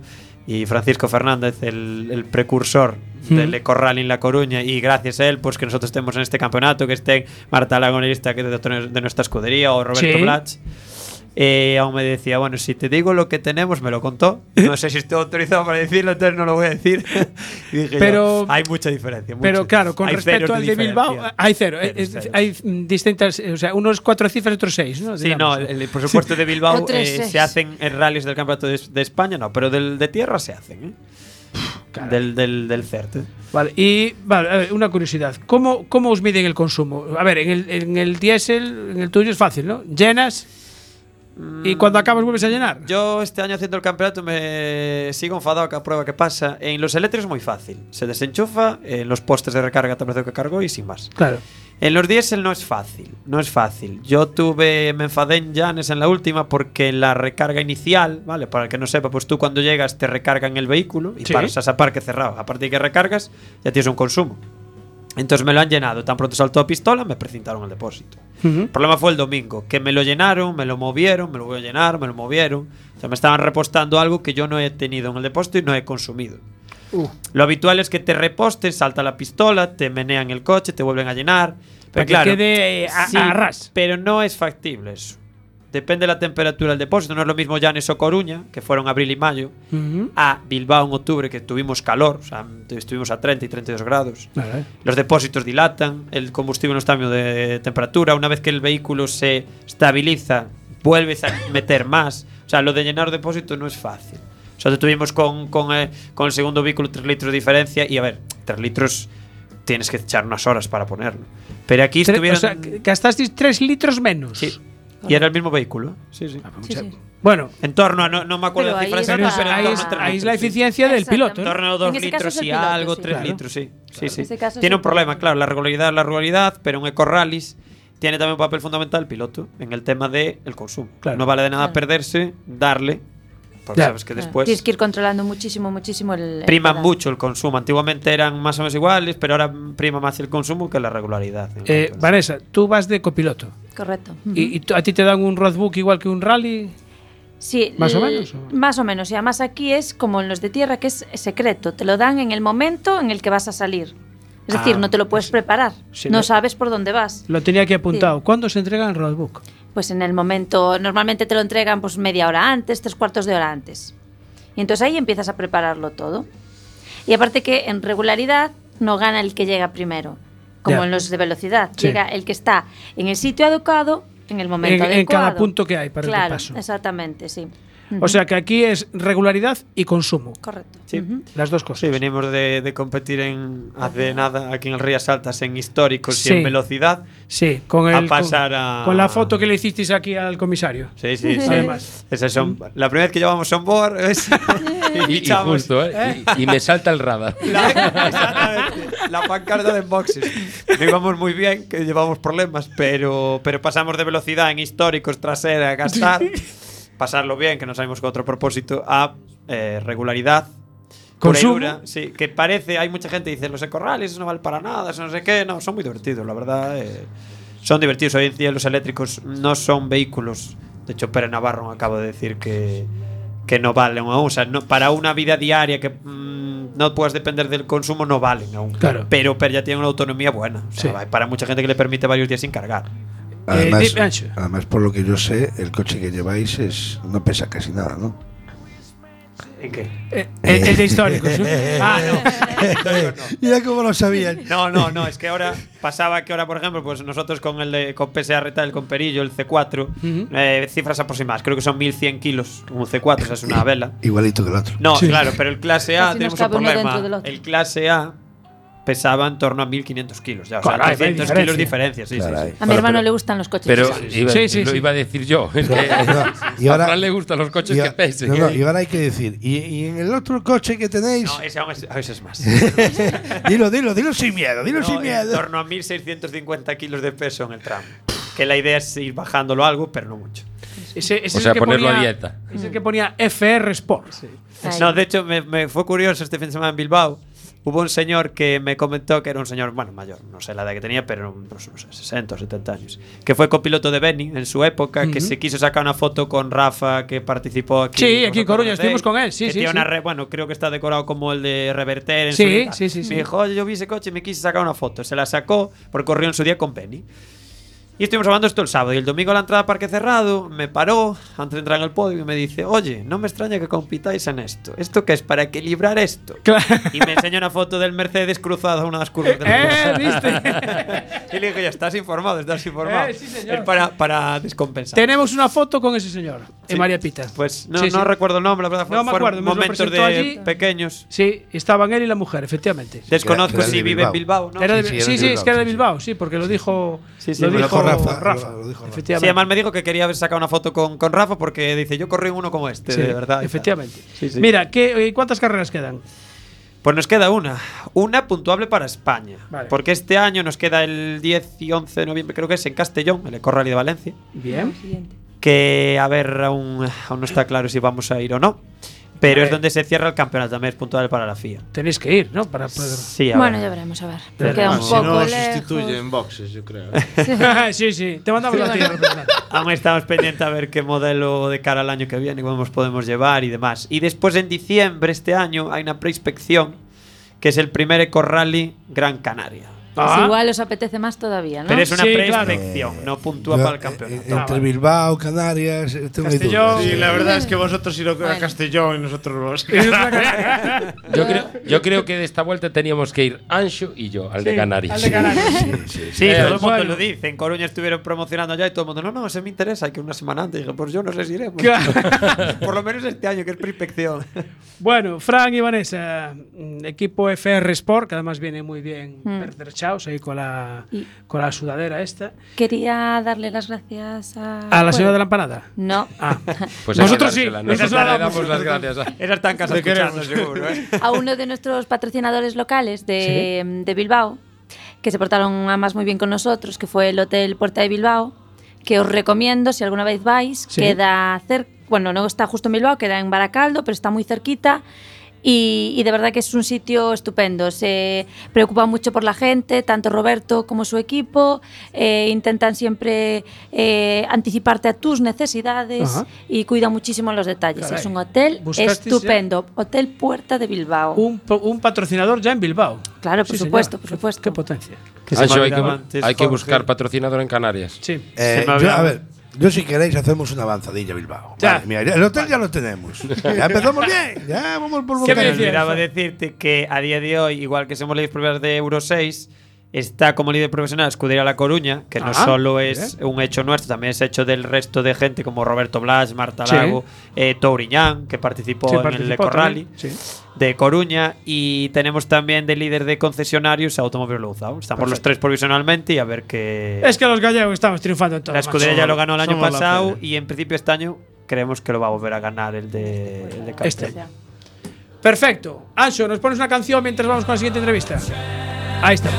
y Francisco Fernández, el, el precursor del Eco Rally en La Coruña, y gracias a él, pues que nosotros estemos en este campeonato, que estén Marta Lagonista, que es de, otro- de nuestra escudería, o Roberto
Sí.
Blach. Eh, aún me decía, bueno, si te digo lo que tenemos, me
*laughs*
lo contó. No sé si estoy autorizado para decirlo, entonces no lo voy a decir. *laughs* Y dije
Pero-
yo, hay mucha diferencia. mucha.
Pero claro, con
Hay ceros
respecto al de Bilbao, eh,
diferencia.
hay cero.
Ceros,
Es-
ceros.
hay mm, distintas. eh, O sea, uno es cuatro cifras, otro seis, ¿no?
Sí, no,
Digamos, eh.
el, el presupuesto de Bilbao
Otro es
eh,
seis.
se hacen en rallies del campeonato de, de España, no, pero del de tierra se hacen, ¿eh? Del, del, del CERT.
Vale, y vale, a ver, una curiosidad. ¿Cómo, ¿Cómo os miden el consumo? A ver, en el, en el diésel, en el tuyo es fácil, ¿no? Llenas y cuando acabas vuelves a llenar.
Mm, Yo este año haciendo el campeonato me sigo enfadado a cada prueba que pasa. En los eléctricos es muy fácil. Se desenchufa, eh, en los postes de recarga te aparece que cargó y sin más.
Claro.
En los diésel no es fácil, no es fácil. Yo tuve, me enfadé en Janes en la última porque la recarga inicial, ¿vale? Para el que no sepa, pues tú cuando llegas te recargan el vehículo y
Sí.
pasas a parque cerrado. A partir de que recargas, ya tienes un consumo. Entonces me lo han llenado. Tan pronto saltó a pistola, me precintaron el depósito. El problema fue el domingo, que me lo llenaron, me lo movieron, me lo voy a llenar, me lo movieron. O sea, me estaban repostando algo que yo no he tenido en el depósito y no he consumido.
Uh,
Lo habitual es que te reposten, salta la pistola, te menean el coche, te vuelven a llenar. Pero
Para que
claro,
quede, eh, a- a ras.
Pero no es factible eso. Depende de la temperatura del depósito. No es lo mismo Llanes o Coruña, que fueron abril y mayo,
Ujú.
a Bilbao en octubre, que tuvimos calor, o sea, estuvimos a 30 y 32 grados.
Vale.
Los depósitos dilatan, el combustible no está de temperatura. Una vez que el vehículo se estabiliza, vuelves a meter más. O sea, lo de llenar depósitos no es fácil. O sea, tuvimos con, con, eh, con el segundo vehículo 3 litros de diferencia. Y a ver, 3 litros tienes que echar unas horas para ponerlo. Pero aquí
Tre-
estuvieron.
O sea, que- gastasteis tres litros menos.
Sí. Y era el mismo vehículo. ¿eh? Sí, sí.
Sí, sí.
Bueno,
En torno a. No, no me acuerdo
Pero
de
ahí
cifras,
es
pero
pero
verdad.
es-
en
ahí
torno
es,
a tres
ahí es la
litros, sí.
eficiencia del piloto.
En
¿no?
torno a dos
En ese caso
litros
es el
y
piloto,
algo,
sí.
tres
Claro.
litros, sí. sí, sí.
En ese caso es
tiene
el
un problema,
piloto.
claro, la regularidad es la regularidad, pero en ecorralis tiene también un papel fundamental el piloto en el tema del consumo.
Claro.
No vale de nada
Claro.
perderse, darle, porque
Ya.
sabes que
Claro,
después
Tienes que ir controlando muchísimo, muchísimo el. el
prima
pedal.
mucho el consumo. Antiguamente eran más o menos iguales, pero ahora prima más el consumo que la regularidad. en el
Eh,
consumo.
Vanessa, tú vas de copiloto.
Correcto.
¿Y, y tú- a ti te dan un roadbook igual que un rally?
Sí,
¿Más o
l-
menos, o?
Más o menos. Y además aquí es como en los de tierra, que es secreto. Te lo dan en el momento en el que vas a salir. Es
Ah,
decir, no te lo puedes preparar.
sí,
no
lo-
sabes por dónde vas.
Lo tenía aquí apuntado. ¿Cuándo se entrega el roadbook?
Pues en el momento, normalmente te lo entregan pues media hora antes, tres cuartos de hora antes. Y entonces ahí empiezas a prepararlo todo. Y aparte que en regularidad no gana el que llega primero, como
Ya.
en los de velocidad.
Sí.
Llega el que está en el sitio adecuado, en el momento
En-
adecuado.
en cada punto que hay para el
claro,
repaso.
Exactamente, sí.
O sea que aquí es regularidad y consumo.
Correcto.
Sí.
Ujú.
Las dos cosas.
Sí, venimos de, de competir en hace nada aquí en el Rías Altas en históricos
Sí.
y en velocidad.
Sí, con el
A pasar
con,
a-
con la foto que le hicisteis aquí al comisario.
Sí, sí, sí.
Además.
Esas son, la primera vez que llevamos on board
*laughs*
es.
Y, y
fichamos
justo, ¿eh? Y, y me salta el
*laughs*
radar.
La, exactamente, la pancarta de boxes. No íbamos muy bien, que llevamos problemas, pero, pero pasamos de velocidad en históricos, trasera,
*laughs*
gastar, pasarlo bien, que no sabemos con otro propósito, a eh, regularidad. pura y
Consumo.
dura. Sí, que parece, hay mucha gente que dice, los ecorrales, eso no vale para nada, eso no sé qué. No, son muy divertidos, la verdad. eh, son divertidos. Hoy en día los eléctricos no son vehículos. De hecho, Pérez Navarro acaba de decir que, que no valen aún. O sea, no- para una vida diaria que mm, no puedas depender del consumo, no valen aún.
Claro.
Pero, pero ya tiene una autonomía buena. O sea,
Sí.
hay para mucha gente que le permite varios días sin cargar.
Además,
Deep Ancho.
además, por lo que yo sé, el coche que lleváis es no pesa casi nada, ¿no?
¿En qué?
Eh, eh, el de históricos.
*laughs*
*laughs*
ah, no.
Mira cómo lo sabían. Eh,
No, no,
*laughs*
no, es que ahora pasaba que ahora, por ejemplo, pues nosotros con el de, con PSR tal, con Perillo, el C4, eh, cifras aproximadas, creo que son 1100 kilos, un C4, o sea, es una vela.
Igualito que el otro.
No, claro, pero el clase A,
Casi Pues nos
tenemos un
cabe uno
problema.
dentro del otro.
El clase A pesaba en torno a 1500 kilos, ya, o sea,
Caray, hay
300
diferencia.
kilos de diferencia, sí, sí,
Caray.
sí.
A mi hermano le gustan los coches.
Pero
pesados.
iba-
Sí, sí,
lo
sí.
iba a decir yo. Es que
No, y
a
ahora-
Fran le gustan los coches
y,
que ¿eh?
a-
pesen.
no, no, y ahora hay que decir, y, y en el otro coche que *laughs* tenéis,
No, ese aún es, a veces más.
dilo, dilo, dilo sin miedo, dilo
No, eh,
sin
en
miedo.
torno a 1650 kilos de peso en el tramo. Que la idea es ir bajándolo algo, pero no mucho.
Ese, ese
O
es
sea,
el que
ponerlo a
ponía-
dieta.
Es el que ponía FR Sport.
Ahí.
No, de hecho, me, me fue curioso este fin de semana en Bilbao. Hubo un señor que me comentó que era un señor, bueno, mayor, no sé la edad que tenía, pero pues, no sé, 60 o 70 años, que fue copiloto de Benny en su época, que se quiso sacar una foto con Rafa, que participó aquí.
Sí, aquí en
vosotros
Coruña,
conocéis,
estuvimos con él, sí,
que
sí,
tiene
sí.
una re- bueno, creo que está decorado como el de Reverter en
Sí,
su día.
sí, sí, sí.
Me dijo, "Oye, yo vi ese coche y me quise sacar una foto. Se la sacó porque corrió en su día con Benny. Y estuvimos hablando esto el sábado. Y el domingo a la entrada a Parque Cerrado me paró antes de entrar en el podio y me dice: Oye, no me extraña que compitáis en esto. ¿Esto qué es? Para equilibrar esto.
Claro.
Y me enseñó una foto del Mercedes cruzado a una de las curvas del
*laughs* Eh, ¿viste?
*laughs* Y le dije: Ya estás informado, estás informado.
Eh, sí, señor.
Es para, para descompensar.
Tenemos una foto con ese señor, eh,
Sí.
María Pita.
Pues no,
Sí,
no
sí.
recuerdo el nombre, la verdad.
No me
fueron
acuerdo, me lo
Momentos de
presentó allí.
pequeños.
Sí, estaban él y la mujer, efectivamente.
Desconozco
Era- era
si
de
vive en
Bilbao.
Bilbao, ¿no?
Era de-
Sí, sí,
sí,
era
sí,
de
es que era de
Bilbao,
Bilbao, sí, porque lo dijo,
Sí, sí,
lo,
lo
dijo
dijo
Rafa.
Rafa, lo dijo Rafa.
Sí,
Efectivamente.
además me dijo que quería haber sacado una foto con, con Rafa porque dice, yo corrí uno como este,
Sí,
de verdad. y tal.
Efectivamente.
Sí, sí.
Mira, ¿qué, eh, ¿cuántas carreras quedan?
Pues nos queda una, una puntuable para España.
Vale.
Porque este año nos queda el 10 y 11 de noviembre, creo que es en Castellón, el Eco Rally de Valencia.
Bien.
Que a ver, aún, aún no está claro si vamos a ir o no. Pero
Vale.
es donde se cierra el campeonato, también es puntual para la FIA.
Tenéis que ir, ¿no? Para poder-
Sí, a
Bueno,
ver.
ya veremos, a ver.
Pero
Queda un
no,
Si
poco
no lo
lejos.
sustituyen boxes, yo creo.
*laughs*
¿eh?
sí, sí, te mandamos la tierra. representante.
Aún estamos pendientes a ver qué modelo de cara al año que viene, cómo nos podemos llevar y demás. Y después en diciembre este año hay una preinspección que es el primer Eco Rally Gran Canaria.
Pues
Ah.
igual os apetece más todavía, ¿no?
Pero es una
Sí, claro.
preinspección, no puntúa
Yo,
para el
eh,
campeonato. Ah,
eh, entre Bilbao, Canarias, eh, tengo mis
Castellón.
dudas.
Sí, la verdad es que vosotros ir
Bueno.
a Castellón y nosotros *laughs* los.
Yo creo, yo creo que de esta vuelta teníamos que ir Ancho y yo al de Canarias.
Al de Canarias.
Sí,
Eh,
todo el mundo
bueno.
lo dice. En Coruña estuvieron promocionando ya y todo el mundo, no, no, se me interesa, que una semana antes. Y dije, pues yo no sé si iremos.
Claro.
*laughs* Por lo menos este año, que es preinspección.
*laughs* Bueno, Fran y Vanessa, mm, equipo FR Sport, que además viene muy bien pertrechados ahí con la,
Mm. Y-
con la sudadera esta.
Quería darle las gracias a.
¿A la señora de la
Bueno,
empanada?
Pues, No, *laughs*
Ah,
Pues hay
Nosotros
que
sí,
dársela.
nosotros
Nosotros
la
le
damos.
damos las gracias. a-
Esa está en casa escuchando, seguro. ¿eh?
*laughs*
a uno de nuestros patrocinadores locales de, de Bilbao, que se portaron además muy bien con nosotros, que fue el Hotel Puerta de Bilbao, que os recomiendo si alguna vez vais,
Sí.
queda cerca, bueno, no está justo en Bilbao, queda en Baracaldo, pero está muy cerquita. Y, y de verdad que es un sitio estupendo. Se preocupa mucho por la gente, tanto Roberto como su equipo. eh, intentan siempre eh, anticiparte a tus necesidades
Ajá.
y cuida muchísimo los detalles.
Caray.
Es un hotel
Buscasteis ya-
estupendo. Hotel Puerta de Bilbao.
Un, po- un patrocinador ya en Bilbao.
Claro, por
Sí, señor.
supuesto, por
Qué-
supuesto.
Qué potencia.
Que se me
Ancho, hay que,
olvidaba antes,
hay que
Jorge.
buscar patrocinador en Canarias.
Sí.
Eh,
Se me
yo,
había-
a ver, yo si queréis hacemos una avanzadilla Bilbao.
Ya.
Vale, mira, el hotel ya lo
*laughs*
tenemos. *laughs* Ya empezamos bien. Ya vamos por
¿Qué
Se
Boca
me
me decías?
Grande.
olvidaba decirte que a día de hoy, igual que somos líderes profesionales de Euro 6, está como líder profesional Escudería La Coruña, que no
Ah,
solo es un hecho nuestro, también es hecho del resto de gente como Roberto Blas, Marta
Sí.
Lago, eh, Touriñán, que participó
Sí,
en el
participó
Eco Rally
también, sí.
de Coruña, y tenemos también de líder de concesionarios a Automóvil Louzao. Estamos los tres provisionalmente y a ver qué.
Es que los gallegos estamos triunfando en todo.
la
macho.
Escudería ya lo ganó el año
somos la
pasado
polla.
y en principio este año creemos que lo va a volver a ganar el de, el de
Este.
Castell.
Perfecto. Ancho, nos pones una canción mientras vamos con la siguiente entrevista. Ahí está.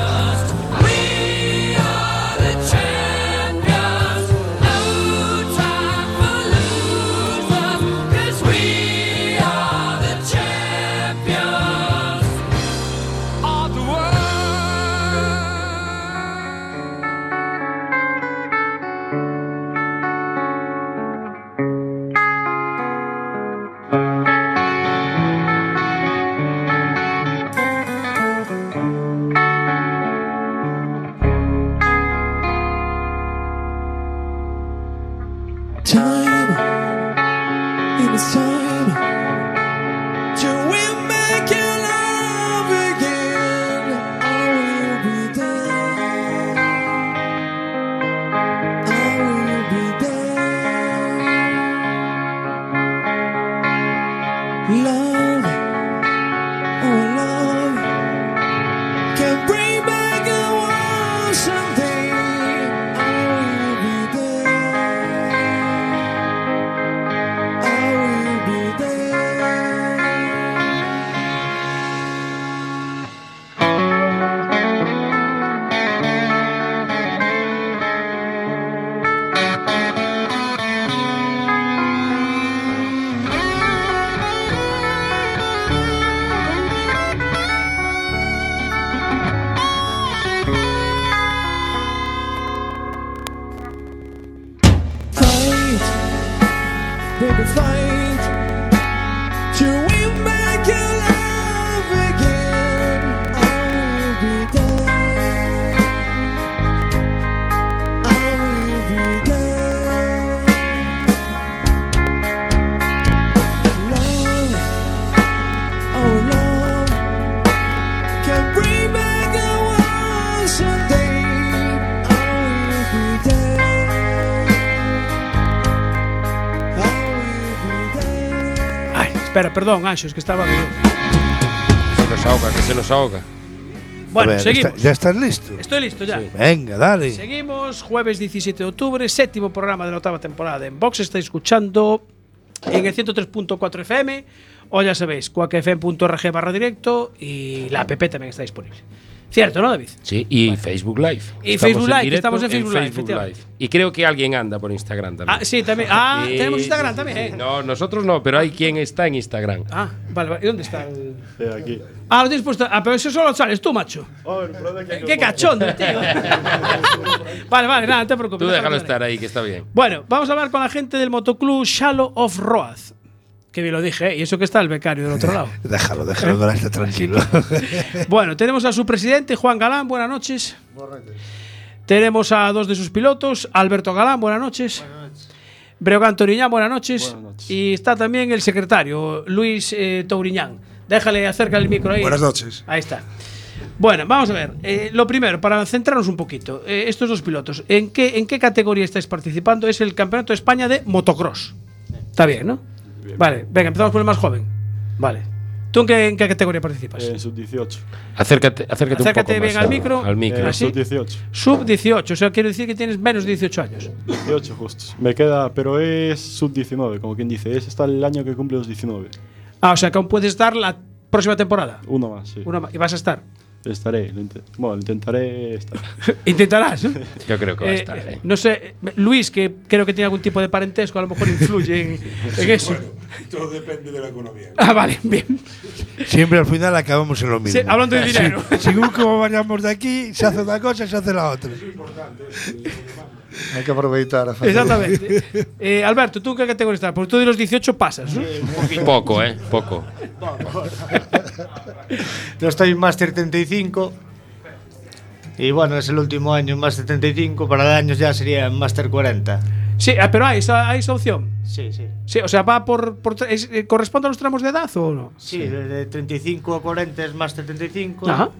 Ay, espera, perdón, Ancho, es que estaba.
Que se nos ahoga, que se nos ahoga.
Bueno,
A ver,
seguimos.
está- ya estás listo.
Estoy listo ya.
Venga, dale.
Seguimos, jueves 17 de octubre, séptimo programa de la octava temporada en Vox. Estáis escuchando en el 103.4 FM o ya sabéis, cuacfm.org barra directo y la app también está disponible. Cierto, ¿no, David?
Sí, y Facebook Live.
Y Facebook Live, que estamos en Facebook Live,
Y creo que alguien anda por Instagram también.
Ah, sí, también. Ah,
Sí,
tenemos
sí,
Instagram
sí,
también,
sí.
¿eh?
No, nosotros no, pero hay quien está en Instagram.
Ah, vale, vale. ¿Y dónde está el...? Ah, lo tienes puesto. Ah, pero eso solo sales tú, macho. Eh, Qué cachondo, tío.
*laughs*
vale, vale, nada, no te preocupes.
Tú déjalo
estar
estar ahí, que está bien.
Bueno, vamos a hablar con la gente del motoclub Shallow of Road. Que bien lo dije, ¿eh? y eso que está el becario del otro lado.
Déjalo,
¿Eh?
déjalo, Dora, está tranquilo.
*laughs* bueno, tenemos a su presidente, Juan Galán, buenas noches. Tenemos a dos de sus pilotos, Alberto Galán, buenas noches. Breogán Toriñán, buenas noches. Y está también el secretario, Luis eh, Touriñán. Déjale acerca el micro ahí.
Buenas noches.
Ahí está. Bueno, vamos a ver. eh, lo primero, para centrarnos un poquito, eh, estos dos pilotos, ¿en qué, ¿en qué categoría estáis participando? Es el Campeonato de España de Motocross. Está bien, ¿no? Vale, venga, empezamos por el más joven. Vale. ¿Tú en qué, en qué categoría participas?
sub-18.
Acércate, acércate,
Acércate
un poco
bien
más
al micro.
Al micro.
Eh, ¿Así?
Sub-18.
Sub 18, o sea, quiero decir que tienes menos de 18 años.
18 justo. Me queda, pero es sub-19, como quien dice. Es hasta el año que cumple los 19.
Ah, o sea, que aún puedes estar la próxima temporada.
Uno más, sí.
Una ma- y vas a estar.
Estaré. lo inte- bueno, lo intentaré estar.
*laughs* ¿Intentarás?
Yo creo que va a
Eh,
estar. ¿eh?
No sé, Luis, que creo que tiene algún tipo de parentesco, a lo mejor influye
*laughs*
en, en eso.
Todo depende de la economía.
Ah, vale, bien.
Siempre al final acabamos en lo mismo.
Sí, hablando de dinero.
Sí, según cómo vayamos de aquí, se hace una cosa, se hace la otra.
Hay que aproveitar a familia.
Exactamente. Eh, Alberto, ¿tú en qué categoría estás? Porque tú de los 18 pasas, ¿no?
Poco, ¿eh? Poco.
Yo estoy en Master 35. Y bueno, es el último año en Master 35. Para años ya sería en *laughs* Master 40.
Sí, ah, pero hay esa, hay esa opción.
Sí, sí.
Sí, o sea, va por, por tra- es- eh, ¿corresponde a los tramos de edad o no?
Sí, de, de 35 a 40 es Master 35.
Ajá.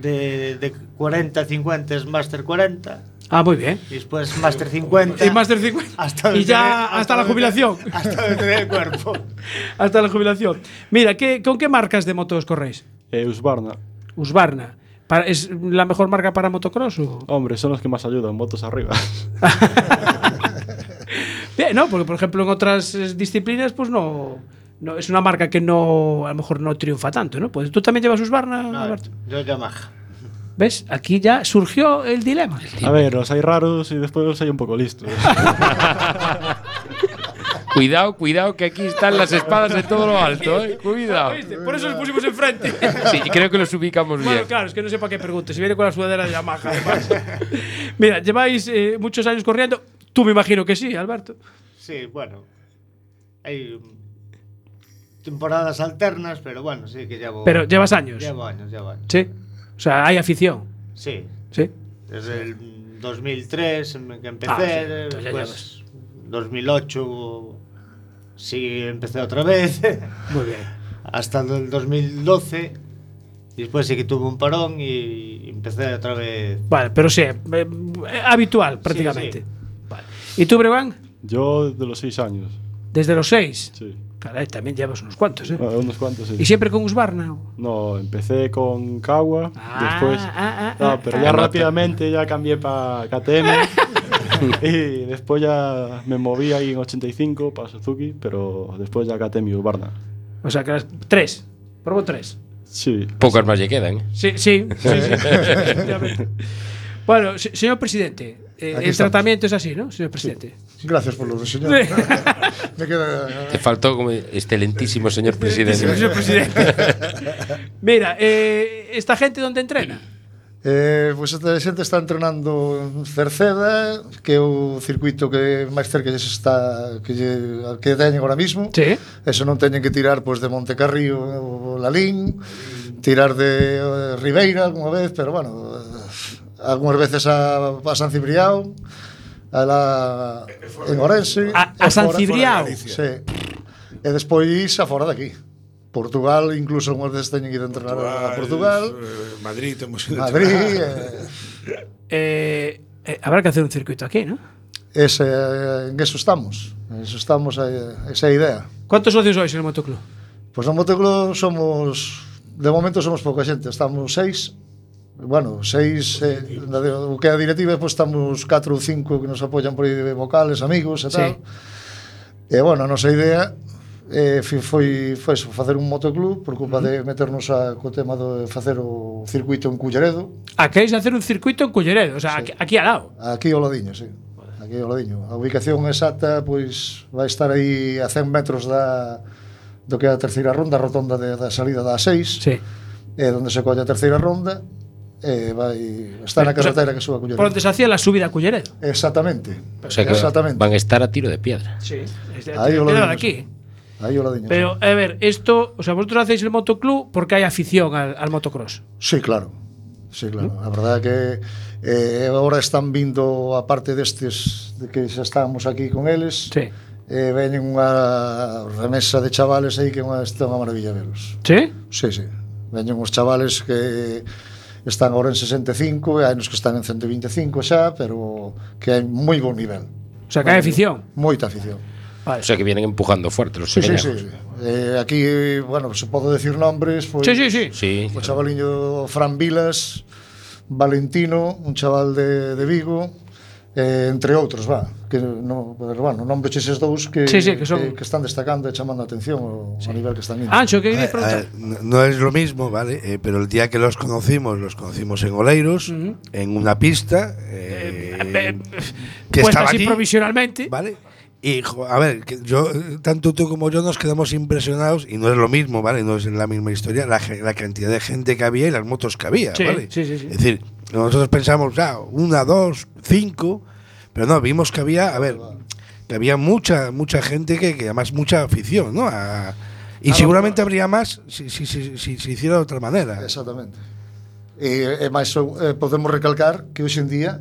De, de 40 a 50 es Master 40.
Ah, muy bien.
Y después Master 50.
Y Master 50.
Hasta
y
donde te dé-
ya hasta, la
donde te-
jubilación.
Hasta donde te dé el cuerpo.
*laughs* Hasta la jubilación. Mira, ¿qué, ¿con qué marcas de motos corréis?
Eh, Husqvarna.
Husqvarna. Para- ¿Es la mejor marca para motocross? o?
Hombre, son los que más ayudan, motos arriba.
Bien, Eh, ¿no? Porque, por ejemplo, en otras eh, disciplinas, pues no, no. Es una marca que no. A lo mejor no triunfa tanto, ¿no? Pues tú también llevas Husqvarna,
eh.
Alberto.
Yo Yamaha.
¿Ves? Aquí ya surgió el dilema.
A ver, los hay raros y después los hay un poco listos.
Cuidado, cuidado, que aquí están las espadas de todo lo alto, ¿eh? Cuidado.
Por eso nos pusimos
*laughs*
enfrente.
Sí, creo que los ubicamos
Bueno,
bien.
claro, es que no sé para qué pregunte. Si viene con la sudadera de Yamaha, además. *laughs* Mira, lleváis eh, muchos años corriendo. Tú me imagino que sí, Alberto.
Sí, bueno. Hay mm, temporadas alternas, pero bueno, sí que llevo.
Pero llevas años.
Oh, Llevo años, llevo años.
Sí. O sea, hay afición.
Sí.
Sí.
Desde el mm, 2003 em- que empecé,
Ah,
pues,
sí,
después
entonces ya
2008 hubo- sí empecé otra vez.
*laughs* Muy bien.
Hasta el 2012. y Después sí que tuve un parón y empecé otra vez.
Vale, pero sí, eh, eh, habitual prácticamente. ¿Y tú, Bregan?
Yo de los seis años.
Desde los seis.
Sí.
Caray, también llevas unos cuantos, ¿eh?
Ah, unos cuantos, sí.
¿Y siempre con Husqvarna?
No, empecé con Kawa, después.
ah, ah,
no,
ah,
pero
ah.
ya
Anota.
rápidamente ya cambié
*laughs*
para KTM. y después ya me moví ahí en 85 para Suzuki, pero después ya KTM y Husqvarna.
O sea, que las tres. Probó tres.
Sí.
Pocas más le quedan. ¿eh?
Sí,
*laughs*
*laughs*
sí. sí, sí, efectivamente. bueno, se- señor presidente, eh, el
Aquí estamos.
tratamiento es así, ¿no, señor presidente?
Gracias por lo reseñado. *laughs* Me queda.
Te faltó como excelentísimo señor *laughs* presidente. *laughs*
Señor presidente. *laughs* Mira, eh, ¿esta gente dónde entrena?
Eh, pois esta xente está entrenando en Cerceda, que é o circuito que máis cerca lles está que lle, que teñen agora mismo.
Sí.
Eso non teñen que tirar pois de Montecarrío ou Lalín, tirar de eh, Ribeira algunha vez, pero bueno, eh, algunhas veces a, a San Cibriao, a la en Orense,
A- a
e
San
fora-
Cibriao.
Sí. E despois a fora daqui. Portugal, incluso algunhas veces teñen que ir a entrenar a Portugal.
eh, Madrid, hemos ido a
Madrid.
entrenar.
*laughs* eh,
Eh, eh, habrá que hacer un circuito aquí, ¿no?
Ese, eh, en eso estamos. En eso estamos, eh, esa é a idea.
¿Cuántos socios sois en el motoclub?
Pois no motoclub somos... De momento somos pouca xente, estamos seis. Bueno, seis, eh, na de- o que é a directiva, pois estamos 4 ou cinco que nos apoian por aí de vocales, amigos e tal. E bueno, a nosa idea eh, fi- foi, foi eso, facer un motoclub por culpa de meternos a, co tema de facer o circuito en Culleredo.
Ah, queréis hacer un circuito en Culleredo, o sea, aquí, aquí al lado.
Aquí ao ladiño, sí. Aquí ao ladiño. A ubicación exacta pois vai estar aí a 100 metros da do que é a terceira ronda, a rotonda de, da salida da A6.
Sí.
É onde se colle a terceira ronda e vai estar na
Pero, o sea,
carretera que suba a Culleredo.
Por donde se hacía la subida a Culleredo.
Exactamente.
O sea que
Exactamente.
van a estar a tiro de piedra.
Sí. Este- este-
Ahí o lo
era de
dimos.
aquí.
Aí ao ladiño.
Pero, a ver, esto, o sea, vosotros hacéis el motoclub porque hay afición al, al motocross.
Sí, claro. Sí, claro. A verdade é que eh, agora están vindo a parte destes de que xa estábamos aquí con eles.
Sí.
Eh, veñen unha remesa de chavales aí que é unha, isto é unha maravilla velos.
Sí?
Sí, sí. Veñen uns chavales que están agora en 65 e hai nos que están en 125 xa, pero que hai moi bon nivel.
O sea, que hai afición.
Moita afición.
O sea que vienen empujando fuerte los
Sí, sí, sí.
pequeñajos.
Eh, aquí, bueno, se podo decir nombres, pois
Sí, sí, sí.
Sí.
O chavaliño Fran Vilas, Valentino, un chaval de, de Vigo, eh, entre outros, va, que no, pero, bueno, non veches eses dous que,
Sí, sí, que son-
que, que están destacando e chamando a atención o, sí. a nivel que están indo.
A
Ah,
ver, a ver, no- no es lo mismo, ¿vale? Eh, pero el día que los conocimos, los conocimos en Oleiros, en una pista. eh, que
puesta
estaba
pues así
aquí,
provisionalmente.
¿Vale? Y, jo- a ver, que yo, eh, tanto tú como yo nos quedamos impresionados, y no es lo mismo, ¿vale? No es la misma historia, la, ge- la cantidad de gente que había y las motos que había,
Sí,
¿vale?
sí, sí, sí.
Es decir, nosotros pensamos, ah, una, dos, cinco, pero no, vimos que había, a ver, que había mucha, mucha gente que, que además mucha afición, ¿no? A- y seguramente habría más si, si, si, si se hiciera de otra manera.
Exactamente. E, e máis ou- eh, podemos recalcar que hoxe en día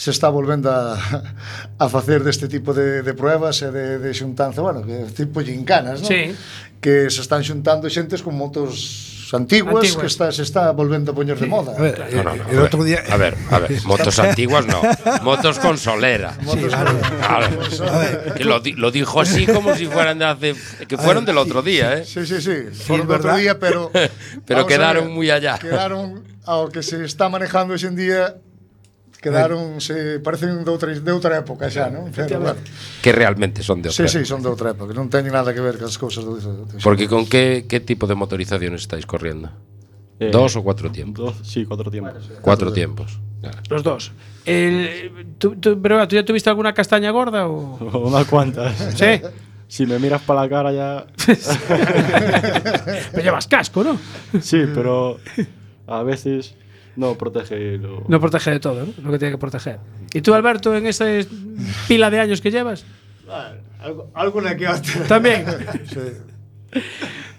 se está volvendo a, a facer deste tipo de, de pruebas e de, de xuntanza, bueno, que tipo gincanas, non?
Sí.
Que se están xuntando xentes con motos antiguas,
Antiguas.
que está, se está volvendo a poñer de moda.
A ver,
No, no, no,
el
a
otro
ver,
día-
A ver, a
*laughs*
ver, motos antiguas no. Motos con solera. Claro. Que lo, di- lo dijo así como si fueran de hace. que
A
fueron
ver,
del otro día, ¿eh?
Sí, sí, sí. Foron do outro día,
*laughs*
pero...
Pero
vamos a
quedaron
ver,
muy allá.
Quedaron ao que se está manejando hoxe en día quedaron, se parecen de outra, de outra época xa, non? Pero, bueno,
Que realmente son de
sí,
otra.
sí, son de outra época, non teñen nada que ver con as cousas do, do, do
Porque con qué, qué tipo de motorización estáis corriendo?
Eh,
¿Dos o cuatro tiempos?
Dos, sí, cuatro tiempos.
Cuatro tiempos. Claro.
Los dos. El- tú, tú- pero, ¿tú ya tuviste alguna castaña gorda o...?
*laughs*
Unas cuantas.
Sí.
Si me miras para la cara ya.
*laughs* Pero llevas casco, ¿no?
Sí, pero a veces no protege. lo-
No protege de todo, ¿no? Lo que tiene que proteger. ¿Y tú, Alberto, en esa pila de años que llevas?
Algo- Alguna que otra.
*laughs*
También.
Sí.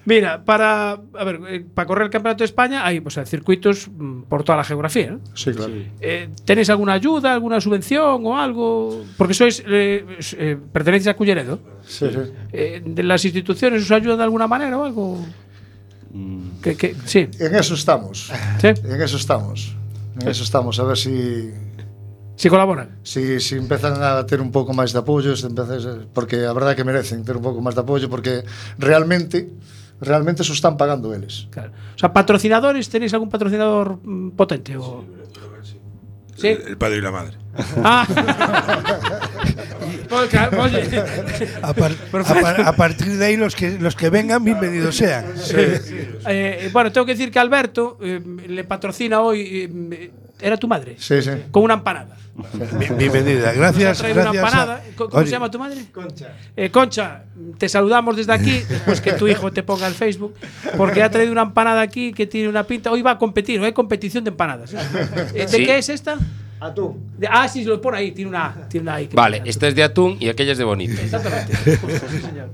Mira, para, a ver, eh, para correr el Campeonato de España hay o sea, circuitos mm, por toda la geografía. ¿no?
Sí, claro.
Eh, ¿Tenéis alguna ayuda, alguna subvención o algo? Porque sois, eh, s- eh, pertenecéis a Culleredo.
Sí, sí.
Eh, ¿De las instituciones os ayuda de alguna manera o algo?
Mm.
Que, que- sí.
En eso estamos.
¿Sí?
En eso estamos. En eso estamos, a ver si
Si colaboran.
Si, si empezan a ter un pouco máis de apoio, se empezas, porque a verdade é que merecen ter un pouco máis de apoio, porque realmente realmente se o están pagando eles.
Claro. O sea, patrocinadores, ¿tenéis algún patrocinador mm, potente? O... Sí.
El, el padre y la madre.
*laughs*
Ah. Pues, claro, oye.
A, par- a par- a partir de ahí, los que, los que vengan, bienvenidos sean.
Eh, bueno, tengo que decir que Alberto eh, le patrocina hoy. eh, ¿Era tu madre?
Sí, sí.
Con una empanada.
Bien- bienvenida. Gracias,
Nos ha traído una
gracias a-
empanada. ¿Cómo cómo
Oye.
se llama tu madre?
Concha.
Eh, Concha, te saludamos desde aquí, después que tu hijo te ponga el Facebook, porque ha traído una empanada aquí que tiene una pinta. Hoy va a competir, hoy hay competición de empanadas. Eh, ¿De
Sí.
qué es esta?
Atún.
De- ah, sí, lo pone ahí, tiene una A. Tiene una A ahí.
Vale, esta es de atún y aquella es de bonito.
Exactamente. Justo, *laughs* sí, señor.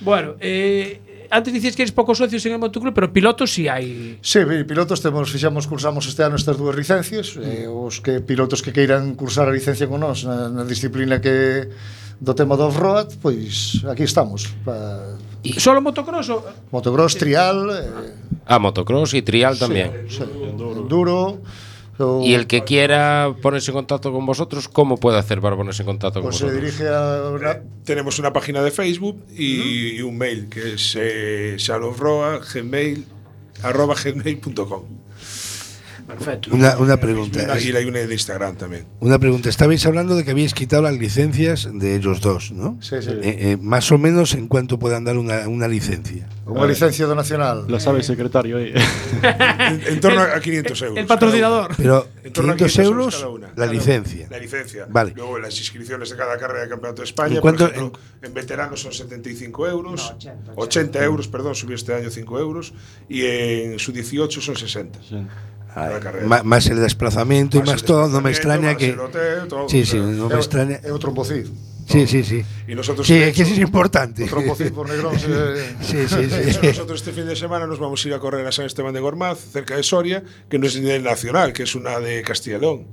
Bueno, eh, antes decías que eres pocos socios en el motoclub, pero pilotos sí hay.
Sí, vi, pilotos temos fixamos cursamos este ano estas dúas licencias, e os que pilotos que queiran cursar a licencia con nós na, na disciplina que do tema do off-road, pois aquí estamos. Pa,
Solo motocross o
motocross, trial, eh,
Ah, motocross y trial también.
sí, enduro, o-
Y el que quiera ponerse en contacto con vosotros, ¿cómo puede hacer para ponerse en contacto con
Pues se
vosotros?
dirige a una-
Eh, Tenemos una página de Facebook y, y un mail que es eh, salofroa, gmail, arroba gmail.com.
Perfecto.
Una- una pregunta.
Y hay una de Instagram también.
Una pregunta, estabais hablando de que habéis quitado las licencias de ellos dos, ¿no?
Sí, sí.
Eh, eh, más o menos en cuánto puedan dar una, una licencia.
Unha licencia do Nacional.
Lo sabe el secretario. eh.
*laughs* En, en torno a 500 euros.
el patrocinador.
Pero
En torno a
500 euros
cada una.
la
Cada-
licencia.
La licencia.
Vale.
Luego las inscripciones de cada carrera de Campeonato de España.
¿En
¿En,
cuánto-
por ejemplo, en... veteranos son 75 euros. 80, euros, perdón, subió este año 5 euros. Y en su 18 son 60. Cada carrera.
Ma- más el desplazamiento y más
el
todo, no me
desplazamiento,
extraña
más
que...
el hotel, todo,
sí,
o
sí,
sea,
no me extraña.
É o trompocid.
Sí, sí, sí.
Y nosotros
sí,
de
es que eso es importante.
Otro pocín
*laughs*
por Negrón, sí,
sí, sí,
De hecho,
sí.
eh, *laughs* nosotros este fin de semana nos vamos a ir a correr a San Esteban de Gormaz, cerca de Soria, que no es ni del Nacional, que es una de Castilla y León.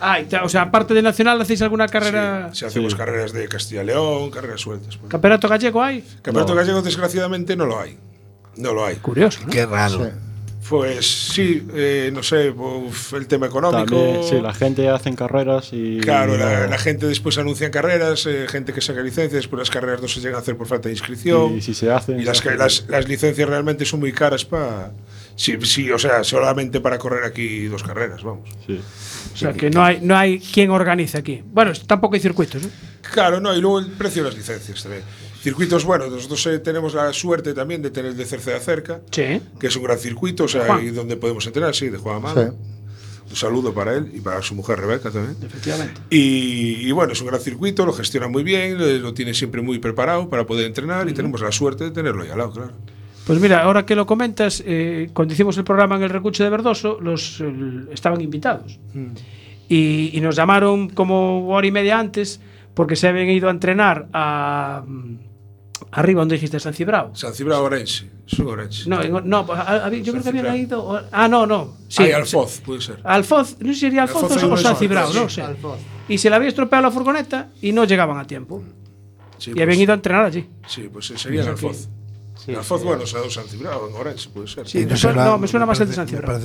Ah, y ta- o sea, aparte de Nacional, ¿hacéis alguna carrera?
Si hacemos carreras de Castilla y León, carreras sueltas. pues.
¿Campeonato gallego hay?
Campeonato gallego, desgraciadamente, no lo hay. No lo hay.
Curioso.
Qué raro.
Pues sí, eh, no sé, uf, el tema económico.
También, sí, la gente hacen carreras y.
Claro, la,
no-
la gente después anuncia carreras, eh, gente que saca licencias, después las carreras no se llegan a hacer por falta de inscripción.
Y si se hacen.
Y las, que- las, las licencias realmente son muy caras para. Sí, sí, o sea, solamente para correr aquí dos carreras, vamos.
Sí.
O sea, que no hay, no hay quien organice aquí. Bueno, tampoco hay circuitos, ¿no?
Claro, no, y luego el precio de las licencias también. Circuitos, bueno, nosotros eh, tenemos la suerte también de tener el de Cerceda cerca,
Sí.
que es un gran circuito, o sea,
Juan.
y donde podemos entrenar, sí, de Juan Amado. Un saludo para él y para su mujer Rebeca también.
Efectivamente.
Y, y bueno, es un gran circuito, lo gestiona muy bien, eh, lo tiene siempre muy preparado para poder entrenar y tenemos la suerte de tenerlo ahí al lado, claro.
Pues mira, ahora que lo comentas, eh, cuando hicimos el programa en el Recuche de Verdoso, los eh, estaban invitados. Y, y nos llamaron como hora y media antes porque se habían ido a entrenar a. mm, Arriba, donde dijiste San Cibrao.
San Cibrao Orense, son Orense.
No, en- no a- a- a- yo creo que habían ido. Ah, no, no. Sí,
Ay, Alfoz, puede ser.
Alfoz, no sé si sería Alfoz,
Alfoz
o- o
Alfoz,
San Cibrao,
sí.
no sé. Y se le había estropeado la furgoneta y no llegaban a tiempo.
Sí,
y
pues-
habían ido a entrenar allí.
Sí, pues
eh,
sería en
Aquí.
Alfoz. En Alfoz, bueno, o sea, San Cibrao, en Orense, puede ser. *laughs*
Sí, me suena- no, me suena más el de San Cibrao.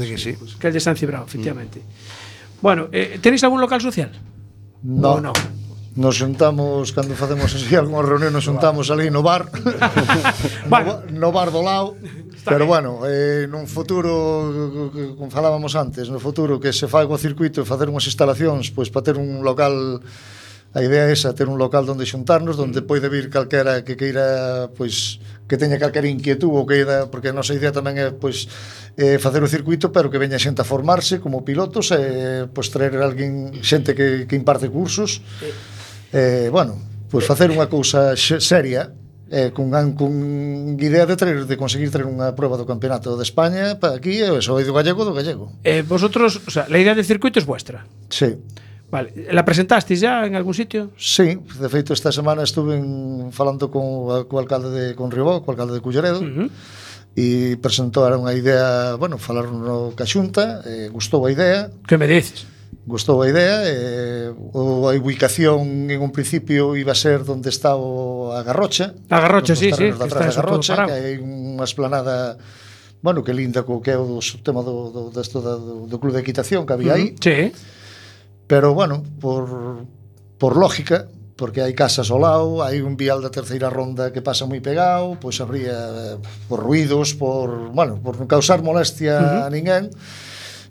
Que el de San Cibrao, efectivamente. Bueno, eh, ¿tenéis algún local social?
No.
O no.
Nos sentamos, cando facemos así algunha reunión, nos sentamos ali no bar. no, ba- no bar do lado. Pero bueno, eh, nun futuro, que- que- como falábamos antes, no futuro que se faga o circuito e facer unhas instalacións, pois para ter un local A idea é esa, ter un local onde xuntarnos, onde poide vir calquera que queira, pois, que teña calquera inquietud ou queira, porque a nosa idea tamén é, pois, eh, facer o circuito, pero que veña xente a formarse como pilotos, e, pois, traer alguén, xente que, que imparte cursos, eh, bueno, pois, facer unha cousa xe- seria, eh, cun, gan- cun idea de traer, de conseguir traer unha prova do campeonato de España para aquí, e eso, e do gallego, do gallego.
Eh, vosotros, o sea, la idea del circuito es vuestra.
Sí.
Vale, ¿la presentasteis ya en algún sitio?
Sí, de feito esta semana estuve en, falando co, co alcalde de con Ribó, co alcalde de Culleredo, uh -huh. e presentaron a idea, bueno, falaron no ca xunta, eh, gustou a idea.
Que me dices?
Gustou a idea, eh, o, a ubicación en un principio iba a ser donde está o, a Garrocha.
A Garrocha,
Nos
sí, sí,
terrenos de
que está
atrás de
eso todo
Garrocha,
parado.
que hai unha esplanada bueno, que linda co que é o dos- tema do, do, desto da- do, do club de equitación que había aí.
Ujú, Sí.
Pero bueno, por, por lógica, porque hai casas ao lado, hai un vial da terceira ronda que pasa moi pegado, pois habría eh, por ruidos, por, bueno, por non causar molestia uh -huh. a ninguén,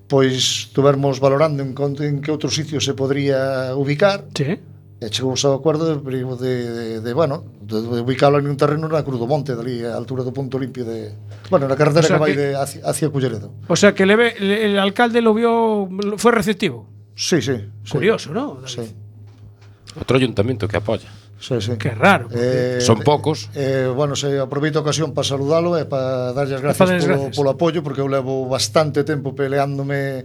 pois tuvermos valorando en, cont- en que outro sitio se podría ubicar.
Sí.
E chegou ao acordo de, de, de, de, bueno, de, de ubicarlo en un terreno na Cruz do Monte, dali a altura do punto limpio de... Bueno, na carretera
O sea
que vai
que-
de, hacia, hacia Culleredo.
O sea, que le ve- le- el alcalde lo vio, lo- fue receptivo.
Sí, sí.
Curioso, ¿no? David?
Otro ayuntamiento que apoya.
Sí, sí.
Qué raro.
Eh,
Son pocos.
Eh, bueno, se aproveito a ocasión para saludalo e para darlle as
E
gracias,
pa darlles
polo,
gracias.
polo apoio porque eu levo bastante tempo peleándome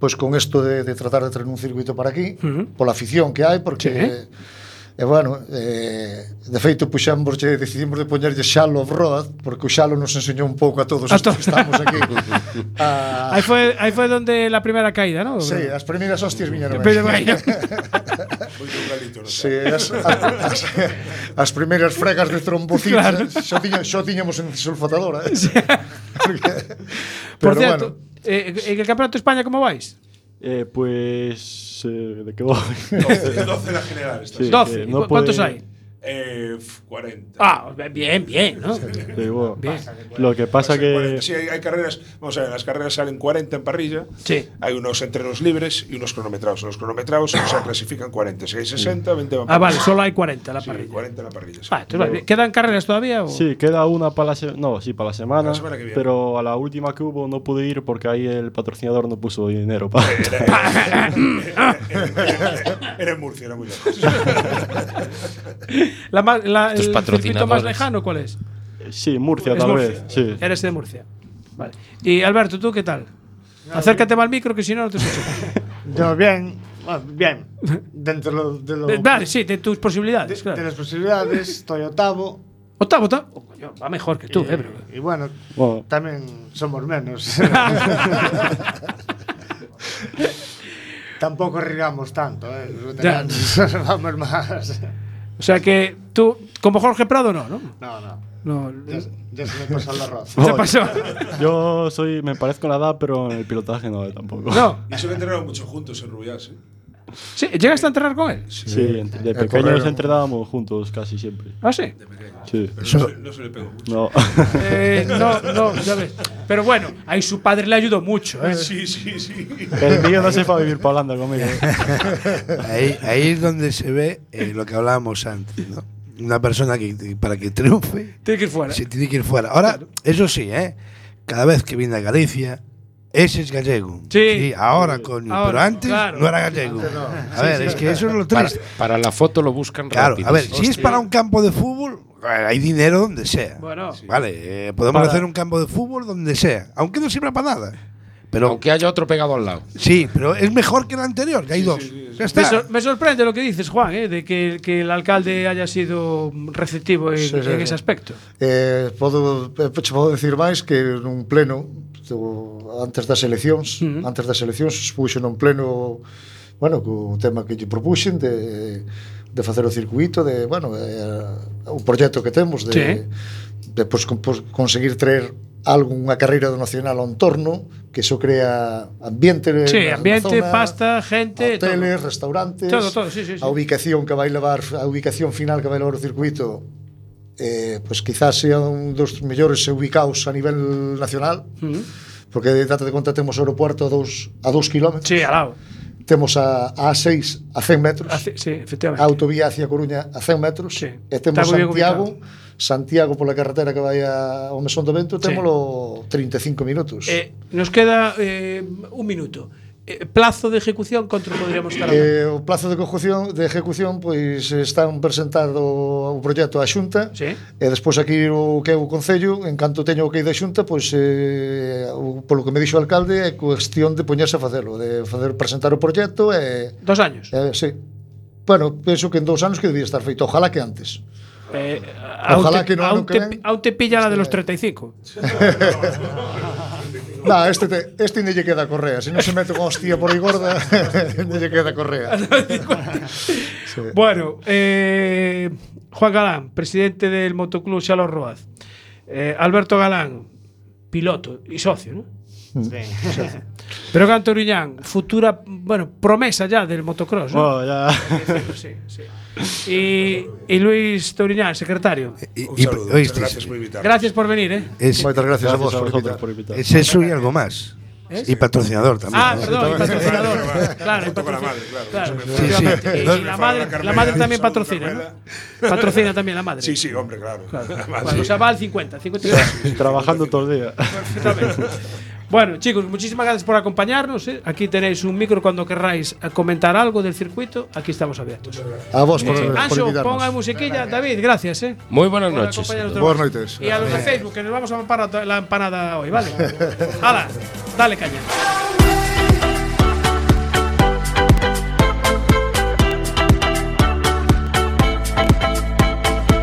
pois con isto de, de tratar de traer un circuito para aquí,
Ujú.
pola afición que hai porque
Sí.
sí. E bueno, eh, de feito puxamos decidimos de poñerlle Shallow Road porque o Shallow nos enseñou un pouco a todos os que estamos aquí. *laughs* a,
Ahí, fue, ahí fue donde la primera caída, ¿no?
Ah. Sí, as primeiras hostias viñeron. aí.
Pero vaya.
*laughs* Sí, as, as, as primeiras fregas de trombocina
Claro.
claro. xa, tiña, xa tiñamos en sulfatadora. Eh?
Por
pero
cierto, eh, ¿en el Campeonato de España cómo vais?
Eh, pues. eh, ¿De qué voy?
12, 12 la general. esta
Sí,
semana.
que no puede-
Eh, f- 40.
Ah, bien, bien, ¿no?
Sí, bueno. Lo que pasa que.
Sí, hay, hay carreras, vamos a ver, las carreras salen 40 en parrilla.
Sí.
Hay unos entrenos libres y unos cronometrados. Los
*coughs*
cronometrados se clasifican 40. Si hay 60, 20 van
Ah,
para
vale,
atrás.
solo hay 40 la
Sí,
parrilla.
40 la parrilla. sí.
Ah, entonces, vale, ¿Quedan carreras todavía? O?
Sí, queda una para la semana. No, sí, para la semana.
Para la semana que viene.
Pero a la última que hubo no pude ir porque ahí el patrocinador no puso dinero para.
Eh,
*laughs*
*laughs* Era en Murcia, era muy lejos.
La, ma- la-
Estos
¿El circuito más
patrocinadores.
lejano cuál es?
sí, Murcia
Es
tal
Murcia.
vez. Sí.
Eres de Murcia. Vale. Y Alberto, ¿tú qué tal? Acércate más al micro que si no, no te escucho.
Yo bien, *laughs*
*laughs*
bueno, bien, dentro de, lo,
Eh, Vale, sí, de tus posibilidades,
de,
claro.
de las posibilidades, estoy octavo.
Octavo, octavo. Coño, Va mejor que tú,
y,
eh, bro.
Y bueno,
Bueno.
también somos menos.
*laughs*
Tampoco arriesgamos tanto, eh. los
Ya.
*laughs* veteranos. Vamos más.
O sea que tú, como Jorge Prado, no, ¿no?
No, no.
No,
Ya, ya se me pasó el arroz.
Voy. *laughs* Yo soy, me parezco la edad, pero en el pilotaje no, eh, tampoco.
Y se lo entrenaron mucho juntos en Rubias, ¿eh?
Sí, ¿Llegaste a entrenar con él?
Sí, ent- de pequeños entrenábamos juntos casi siempre.
Ah, sí.
Sí.
Pero no se- no se le pegó mucho.
No.
Eh, no, no, ya ves. Pero bueno, ahí su padre le ayudó mucho. ¿eh?
Sí, sí, sí.
El mío no se va a vivir para Holanda conmigo.
*laughs* ahí, ahí es donde se ve eh, lo que hablábamos antes, ¿no? Una persona que que para que triunfe
tiene que ir fuera.
Se tiene que ir fuera. Ahora, eso sí, ¿eh? Cada vez que viene a Galicia, ese es gallego. Sí. ahora, coño.
Ahora,
pero antes
claro.
no era gallego.
Antes no.
A
Sí,
ver,
sí.
es que eso es lo
Para-
triste.
para la foto lo buscan
Claro,
rápido.
a ver, si es
Hostia.
para un campo de fútbol, eh, hay dinero donde sea.
Bueno.
Vale, eh, podemos
Para-
hacer un campo de fútbol donde sea, aunque no sirva para nada. Pero
aunque haya otro pegado al lado.
Sí, pero es mejor que el anterior, que hay dos. Ya
Me,
está.
sor- me sorprende lo que dices, Juan, ¿eh? de que, que el alcalde haya sido receptivo en,
Sí, sí,
en
sí.
ese aspecto.
Eh, podo, eh, che podo decir máis que nun pleno do, antes das eleccións, uh -huh. antes das eleccións expuxo nun pleno bueno, co tema que lle propuxen de de facer o circuito de, bueno, eh, o proxecto que temos de
Sí.
de pois, con, pois, conseguir traer algunha carreira do nacional ao entorno que iso crea ambiente
Sí,
na- na
ambiente,
Eh, zona,
pasta, gente.
hoteles,
todo.
restaurantes,
Todo, todo, sí, sí, sí.
a ubicación que vai levar, a ubicación final que vai levar o circuito eh, pues quizás sea un dos mellores ubicados a nivel nacional
Mm.
Mm.
porque date de conta temos o aeropuerto a dos, a dos kilómetros
sí, al lado
temos a, a A6 a 100 metros
Hace- sí, efectivamente.
a autovía hacia Coruña a 100 metros e
Está
temos
moi ben
Santiago Santiago pola carretera que vai a, ao Mesón do Vento
Sí.
témolo 35 minutos
Eh, nos queda eh, un minuto. Eh, plazo de ejecución, ¿cuánto podríamos estar hablando?
Eh, o plazo de ejecución, de ejecución pois está un presentado o proxecto á Xunta.
Sí.
E despois aquí o que é o concello, en canto teño o que da Xunta, pois eh, o, polo que me dixo o alcalde é cuestión de poñerse a facelo, de facer presentar o proxecto e
Dos años.
Eh, sí. Bueno, penso que en dos anos que debía estar feito, ojalá que antes.
Eh, aún
Ojalá que no,
aún
no
te,
creen.
aún te pilla la de los 35.
Na, este te, este non lle queda correa, se non se mete con hostia por aí gorda, *laughs* non lle
*laughs*
queda correa.
Bueno, eh, Juan Galán, presidente del Motoclub Xalos Roaz. Eh, Alberto Galán, piloto y socio, ¿no?
Sí.
*laughs* Pero Canto Uriñán, futura, bueno, promesa ya del motocross. Pues ¿no?
Oh,
Bueno,
*laughs*
ya.
Sí, sí. Y, y Luis Touriñán, secretario.
Eh, y- saludo, oíste, muchas gracias sí. por invitarnos.
Gracias por venir, ¿eh?
Es-
Moitas gracias a vos por
vosotros
invitar.
por invitar.
Es eso y algo más.
¿Eh?
Y patrocinador también.
Ah,
¿no?
perdón, y patrocinador. claro, y
con la
patrocin-
madre, claro,
claro,
eso me
Sí, sí.
efectivamente. Y-
Dos-
y la madre, la madre también patrocina, ¿no? Patrocina también la madre.
Sí, sí, hombre, claro. La madre.
Bueno, o sea, va al 50, 50.
*laughs* Trabajando todos los días.
Bueno, chicos, muchísimas gracias por acompañarnos. ¿eh? Aquí tenéis un micro cuando querráis eh, comentar algo del circuito. Aquí estamos abiertos.
A vos por,
Eh,
por
Anxo,
invitarnos.
ponga musiquilla. David, gracias. ¿eh?
Muy buenas
Por
noches.
acompañarnos de
Buenas
nuevo.
noites. *laughs*
Y a los de Facebook, que nos vamos a amparar la empanada hoy, ¿vale? Hala, dale caña.